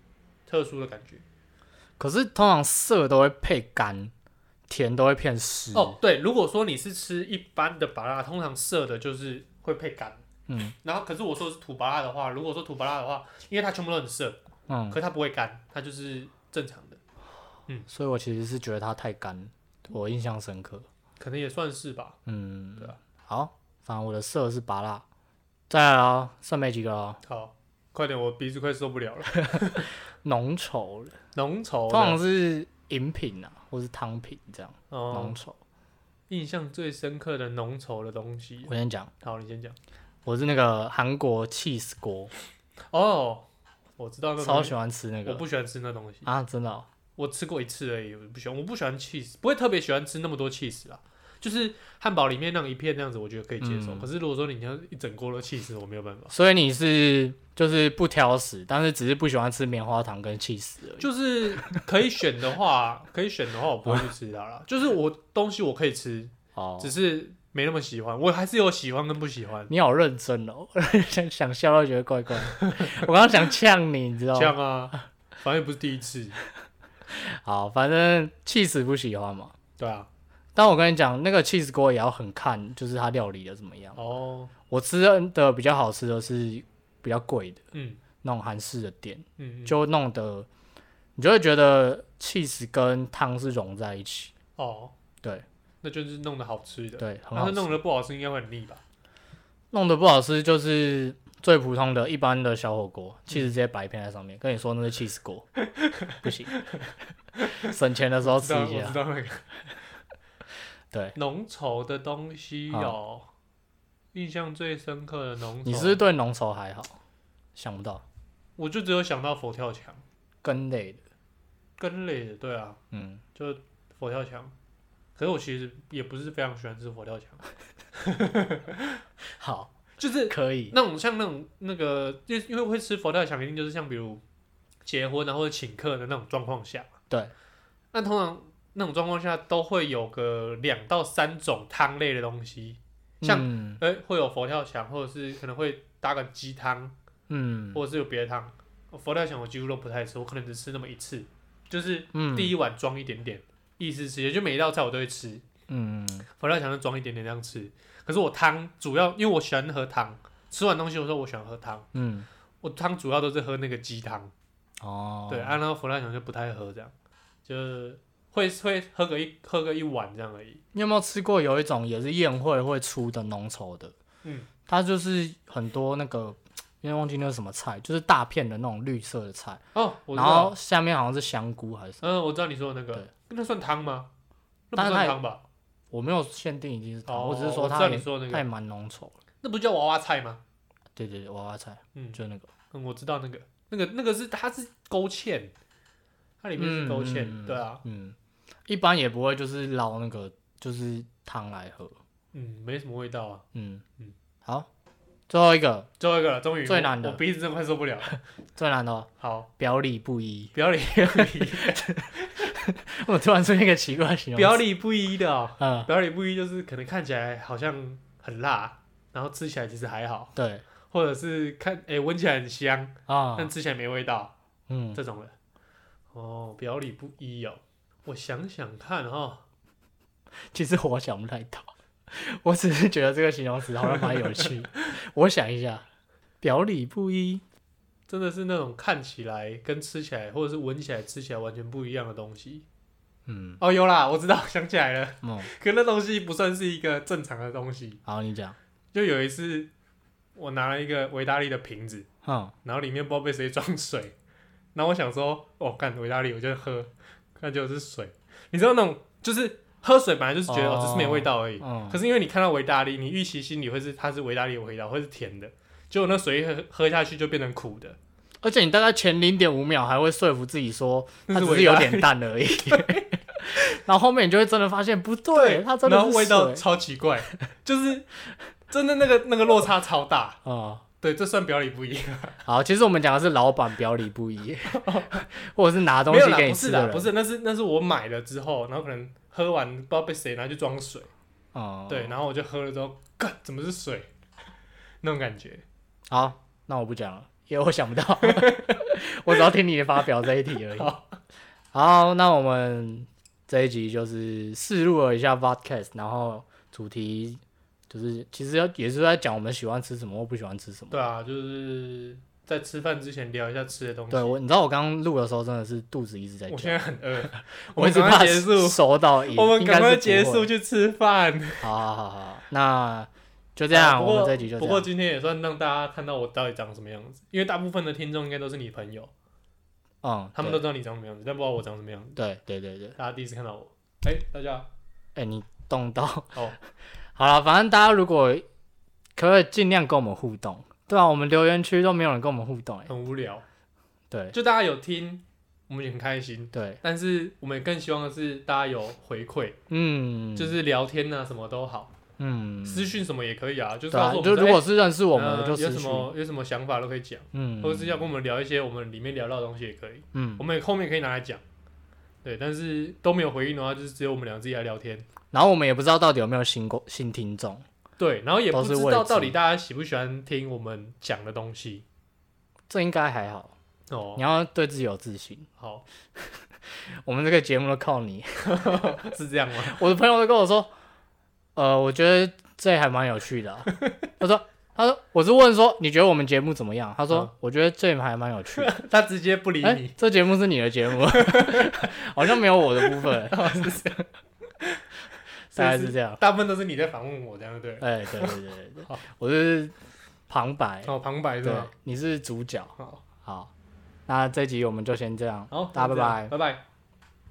[SPEAKER 1] 特殊的感觉。
[SPEAKER 3] 可是通常涩都会配干，甜都会偏湿，
[SPEAKER 1] 哦，对，如果说你是吃一般的拔辣，通常涩的就是会配干。
[SPEAKER 3] 嗯，
[SPEAKER 1] 然后可是我说是土拔辣的话，如果说土拔辣的话，因为它全部都很涩，
[SPEAKER 3] 嗯，
[SPEAKER 1] 可它不会干，它就是正常的，
[SPEAKER 3] 所以我其实是觉得它太干，我印象深刻，
[SPEAKER 1] 可能也算是吧。
[SPEAKER 3] 嗯，
[SPEAKER 1] 对啊
[SPEAKER 3] 好，反正我的涩是拔辣，再来哦，剩没几个哦，
[SPEAKER 1] 好，快点，我鼻子快受不了 了。
[SPEAKER 3] 浓稠了，
[SPEAKER 1] 浓
[SPEAKER 3] 通
[SPEAKER 1] 稠
[SPEAKER 3] 常
[SPEAKER 1] 的，
[SPEAKER 3] 是饮品啊，或是汤品这样，
[SPEAKER 1] 哦
[SPEAKER 3] 浓，稠，
[SPEAKER 1] 印象最深刻的浓稠的东西。
[SPEAKER 3] 我先讲。
[SPEAKER 1] 好，你先讲。
[SPEAKER 3] 我是那个韩国 cheese 锅，
[SPEAKER 1] 哦，我知道那
[SPEAKER 3] 超
[SPEAKER 1] 东
[SPEAKER 3] 喜
[SPEAKER 1] 西，
[SPEAKER 3] 欢吃那
[SPEAKER 1] 我
[SPEAKER 3] 个
[SPEAKER 1] 不喜欢吃那东西。
[SPEAKER 3] 啊，真的哦、
[SPEAKER 1] 我吃过一次而已，我不喜欢，我不喜欢 cheese，不会特别喜欢吃那么多 cheese 啦。就是汉堡里面那样一片那样子，我觉得可以接受。
[SPEAKER 3] 嗯
[SPEAKER 1] 可是如果说你要一整锅的 cheese，我没有办法。
[SPEAKER 3] 所以你是就是不挑食，但是只是不喜欢吃棉花糖跟 cheese 而已。
[SPEAKER 1] 就是可以选的话， 可以选的话，我不会去吃它啦。就是我东西我可以吃，
[SPEAKER 3] 哦，
[SPEAKER 1] 只是没那么喜欢。我还是有喜欢跟不喜欢，
[SPEAKER 3] 你好认真哦， 想想笑都觉得怪怪。 我刚刚想呛你，你知道
[SPEAKER 1] 这
[SPEAKER 3] 吗？
[SPEAKER 1] 样啊，反正也不是第一次，
[SPEAKER 3] 好，反正 cheese 不喜欢嘛。
[SPEAKER 1] 对啊。
[SPEAKER 3] 但我跟你讲，那个 cheese 锅也要很看，就是它料理的怎么样。
[SPEAKER 1] 哦，
[SPEAKER 3] 我吃的比较好吃的是比较贵的
[SPEAKER 1] 嗯
[SPEAKER 3] 那种韩式的店，
[SPEAKER 1] 嗯，嗯
[SPEAKER 3] 就弄得你就会觉得 cheese 跟汤是融在一起。
[SPEAKER 1] 哦，
[SPEAKER 3] 对，
[SPEAKER 1] 那就是弄的好吃的。
[SPEAKER 3] 对，很
[SPEAKER 1] 但
[SPEAKER 3] 好
[SPEAKER 1] 是
[SPEAKER 3] 吃。
[SPEAKER 1] 弄得不好吃，应该会很腻吧？
[SPEAKER 3] 弄得不好吃就是最普通的一般的小火锅，气
[SPEAKER 1] 嗯
[SPEAKER 3] 实直接摆一片在上面，跟你说那是气死锅， 不行。省钱的时候
[SPEAKER 1] 我
[SPEAKER 3] 吃
[SPEAKER 1] 知道，
[SPEAKER 3] 一
[SPEAKER 1] 我知
[SPEAKER 3] 下，
[SPEAKER 1] 道那个。
[SPEAKER 3] 啊对。
[SPEAKER 1] 浓稠的东西有印象最深刻的浓稠，
[SPEAKER 3] 你是不是对浓稠还好？想不到，
[SPEAKER 1] 我就只有想到佛跳墙
[SPEAKER 3] 根类的，
[SPEAKER 1] 根类的，对啊，
[SPEAKER 3] 嗯，
[SPEAKER 1] 就佛跳墙。可是我其实也不是非常喜欢吃佛跳墙，
[SPEAKER 3] 好，
[SPEAKER 1] 就是
[SPEAKER 3] 可以，
[SPEAKER 1] 那种像那种那个，因为因为会吃佛跳墙，一定就是像比如结婚啊或者请客的那种状况下，
[SPEAKER 3] 对。
[SPEAKER 1] 那通常那种状况下都会有个两到三种汤类的东西，像
[SPEAKER 3] 嗯
[SPEAKER 1] 哎、会有佛跳墙，或者是可能会搭个鸡汤，
[SPEAKER 3] 嗯
[SPEAKER 1] 或者是有别的汤。佛跳墙我几乎都不太吃，我可能只吃那么一次，就是
[SPEAKER 3] 嗯
[SPEAKER 1] 第一碗装一点点，意思是也就每一道菜我都会吃，
[SPEAKER 3] 嗯，
[SPEAKER 1] 佛跳墙就装一点点这样吃。可是我汤主要因为我喜欢喝汤，吃完东西我说我喜欢喝汤，
[SPEAKER 3] 嗯，
[SPEAKER 1] 我汤主要都是喝那个鸡汤，
[SPEAKER 3] 哦，
[SPEAKER 1] 对，啊、然后佛跳墙就不太喝这样，就是会会喝个一喝个一碗这样而已。
[SPEAKER 3] 你有没有吃过有一种也是宴会会出的浓稠的，
[SPEAKER 1] 嗯，
[SPEAKER 3] 它就是很多那个，因为忘记那是什么菜，就是大片的那种绿色的菜，
[SPEAKER 1] 哦，我知
[SPEAKER 3] 然
[SPEAKER 1] 道
[SPEAKER 3] 后，下面好像是香菇还是什么，
[SPEAKER 1] 嗯，我知道你说的那
[SPEAKER 3] 对
[SPEAKER 1] 个，那算汤吗？那
[SPEAKER 3] 但
[SPEAKER 1] 不
[SPEAKER 3] 是它
[SPEAKER 1] 算
[SPEAKER 3] 也
[SPEAKER 1] 汤吧？
[SPEAKER 3] 我没有限定一定是它，
[SPEAKER 1] 哦
[SPEAKER 3] 我只是
[SPEAKER 1] 我
[SPEAKER 3] 说
[SPEAKER 1] 知道
[SPEAKER 3] 它
[SPEAKER 1] 你
[SPEAKER 3] 也
[SPEAKER 1] 说的那个
[SPEAKER 3] 它也蛮浓稠的，
[SPEAKER 1] 那不叫娃娃菜吗？
[SPEAKER 3] 对对对，娃娃菜，
[SPEAKER 1] 嗯
[SPEAKER 3] 就那个，
[SPEAKER 1] 嗯，我知道那个，那个那个是它是勾芡，它里面是勾芡，
[SPEAKER 3] 嗯嗯嗯
[SPEAKER 1] 对啊，
[SPEAKER 3] 嗯，一般也不会就是捞那个就是汤来喝，
[SPEAKER 1] 嗯，没什么味道啊。
[SPEAKER 3] 嗯
[SPEAKER 1] 嗯
[SPEAKER 3] 好，最后一个
[SPEAKER 1] 最后一个了，终于
[SPEAKER 3] 最难的
[SPEAKER 1] 我鼻子真的快受不了。
[SPEAKER 3] 最难的哦，
[SPEAKER 1] 好，
[SPEAKER 3] 表里不一，
[SPEAKER 1] 表里 不一，
[SPEAKER 3] 我突然出现一个奇怪的形容词，
[SPEAKER 1] 表里不一的哦，
[SPEAKER 3] 嗯，
[SPEAKER 1] 表里不一就是可能看起来好像很辣，然后吃起来其实还好，
[SPEAKER 3] 对
[SPEAKER 1] 或者是看诶闻起来很香，
[SPEAKER 3] 啊，
[SPEAKER 1] 但吃起来没味道，
[SPEAKER 3] 嗯，
[SPEAKER 1] 这种的。哦，表里不一哦，我想想看哈、哦，
[SPEAKER 3] 其实我想不太到， 我只是觉得这个形容词好像蛮有趣。我想一下，表里不一，
[SPEAKER 1] 真的是那种看起来跟吃起来，或者是闻起来、吃起来完全不一样的东西。
[SPEAKER 3] 嗯，
[SPEAKER 1] 哦，有啦，我知道， 想起来了。
[SPEAKER 3] 嗯，
[SPEAKER 1] 可那东西不算是一个正常的东西。
[SPEAKER 3] 好，你讲，
[SPEAKER 1] 就有一次，我拿了一个维达利的瓶子，
[SPEAKER 3] 嗯，
[SPEAKER 1] 然后里面不知道被谁装水，然后我想说，哦，干维达利，我就喝，看就是水。你知道那种就是喝水本来就是觉得
[SPEAKER 3] 哦
[SPEAKER 1] 哦，只是没味道而已。
[SPEAKER 3] 嗯
[SPEAKER 1] 可是因为你看到维达利，你预期心里会是它是维达利的味道，会是甜的，结果那水一喝喝下去就变成苦的。
[SPEAKER 3] 而且你大概前零点五秒还会说服自己说它
[SPEAKER 1] 那
[SPEAKER 3] 只
[SPEAKER 1] 是
[SPEAKER 3] 是
[SPEAKER 1] 伟
[SPEAKER 3] 有
[SPEAKER 1] 大
[SPEAKER 3] 点淡而 已，然后后面你就会真的发现不对，它真
[SPEAKER 1] 然后
[SPEAKER 3] 的
[SPEAKER 1] 味
[SPEAKER 3] 是
[SPEAKER 1] 道
[SPEAKER 3] 水。
[SPEAKER 1] 超奇怪，就是真的那个那个落差超大。
[SPEAKER 3] 嗯，
[SPEAKER 1] 对，这算表里不一。
[SPEAKER 3] 好，其实我们讲的是老板表里不 一，或者是拿东
[SPEAKER 1] 没有
[SPEAKER 3] 西
[SPEAKER 1] 啦，
[SPEAKER 3] 给
[SPEAKER 1] 不
[SPEAKER 3] 你
[SPEAKER 1] 是
[SPEAKER 3] 吃
[SPEAKER 1] 啦，
[SPEAKER 3] 的
[SPEAKER 1] 不
[SPEAKER 3] 人，
[SPEAKER 1] 是，那是那是我买了之后，然后可能喝完不知道被谁拿去装水，
[SPEAKER 3] 嗯，
[SPEAKER 1] 对，，然后我就喝了之后，干怎么是水？那种感觉。
[SPEAKER 3] 好，那我不讲了，因为我想不到， 我只要听你发表这一题而已。
[SPEAKER 1] 好
[SPEAKER 3] 好，那我们这一集就是试录了一下 podcast，然后主题就是其实要也是在讲我们喜欢吃什么或不喜欢吃什么。
[SPEAKER 1] 对啊，就是在吃饭之前聊一下吃的东西。
[SPEAKER 3] 对
[SPEAKER 1] 我
[SPEAKER 3] 我，你知道我刚刚录的时候真的是肚子一直在
[SPEAKER 1] 现
[SPEAKER 3] 叫，，
[SPEAKER 1] 在很饿我
[SPEAKER 3] 我一
[SPEAKER 1] 们
[SPEAKER 3] 直
[SPEAKER 1] 赶
[SPEAKER 3] 怕
[SPEAKER 1] 快结束，
[SPEAKER 3] 收到音，
[SPEAKER 1] 我们
[SPEAKER 3] 应
[SPEAKER 1] 赶
[SPEAKER 3] 该
[SPEAKER 1] 快
[SPEAKER 3] 是不
[SPEAKER 1] 结
[SPEAKER 3] 会
[SPEAKER 1] 束。去吃饭。
[SPEAKER 3] 好好好好，那就这样，
[SPEAKER 1] 啊不
[SPEAKER 3] 我
[SPEAKER 1] 过
[SPEAKER 3] 们这一集就这
[SPEAKER 1] 不过
[SPEAKER 3] 样。
[SPEAKER 1] 今天也算让大家看到我到底长什么样子，因为大部分的听众应该都是你朋友，
[SPEAKER 3] 嗯，
[SPEAKER 1] 他们都知道你长什么样子，但不知道我长什么样子。
[SPEAKER 3] 对对对对，
[SPEAKER 1] 大家第一次看到我，哎、大家
[SPEAKER 3] 哎，你动到。
[SPEAKER 1] 哦，
[SPEAKER 3] 好了，反正大家如果可不可以尽量跟我们互动，对啊，我们留言区都没有人跟我们互动、哎，
[SPEAKER 1] 很无聊。
[SPEAKER 3] 对
[SPEAKER 1] 就大家有听，我们也很开心。
[SPEAKER 3] 对，
[SPEAKER 1] 但是我们更希望的是大家有回馈，
[SPEAKER 3] 嗯，
[SPEAKER 1] 就是聊天啊，什么都好，
[SPEAKER 3] 嗯，
[SPEAKER 1] 私讯什么也可以啊。就是
[SPEAKER 3] 对啊
[SPEAKER 1] 告诉，我
[SPEAKER 3] 就
[SPEAKER 1] 们说，
[SPEAKER 3] 如果是认识
[SPEAKER 1] 哎
[SPEAKER 3] 我们的
[SPEAKER 1] 呃
[SPEAKER 3] 就
[SPEAKER 1] 有
[SPEAKER 3] 私
[SPEAKER 1] 什
[SPEAKER 3] 讯，
[SPEAKER 1] 么有什么想法都可以讲，
[SPEAKER 3] 嗯，
[SPEAKER 1] 或者是要跟我们聊一些我们里面聊到的东西也可以，
[SPEAKER 3] 嗯
[SPEAKER 1] 我，们也后面可以拿来讲。对，但是都没有回应的话，就是只有我们俩自己来聊天。
[SPEAKER 3] 然后我们也不知道到底有没有新过新听众，
[SPEAKER 1] 对，然后也不
[SPEAKER 3] 都
[SPEAKER 1] 知
[SPEAKER 3] 是未
[SPEAKER 1] 道
[SPEAKER 3] 知
[SPEAKER 1] 到底大家喜不喜欢听我们讲的东西
[SPEAKER 3] 这应该还好，
[SPEAKER 1] 哦
[SPEAKER 3] 你。要对自己有自信，
[SPEAKER 1] 好，
[SPEAKER 3] 我们这个节目都靠你，
[SPEAKER 1] 是这样吗？
[SPEAKER 3] 我的朋友都跟我说，呃，我觉得这还蛮有趣的啊、 他说。他说：“我是问说，你觉得我们节目怎么样？”他说：“
[SPEAKER 1] 嗯
[SPEAKER 3] 我觉得这还蛮有趣的。”
[SPEAKER 1] 他直接不理
[SPEAKER 3] 哎、
[SPEAKER 1] 你，
[SPEAKER 3] 这节目是你的节目， 好像没有我的部分，大概是这样。
[SPEAKER 1] 大部分都是你在反问我，这样对不对。
[SPEAKER 3] 哎、对对对对对
[SPEAKER 1] 好，
[SPEAKER 3] 我是旁白，
[SPEAKER 1] 哦，旁白是
[SPEAKER 3] 对
[SPEAKER 1] 吧？，
[SPEAKER 3] 你是主角。
[SPEAKER 1] 好，
[SPEAKER 3] 好，那这集我们就先这样，
[SPEAKER 1] 好，
[SPEAKER 3] 大家拜
[SPEAKER 1] 那这样
[SPEAKER 3] 拜。
[SPEAKER 1] 拜拜。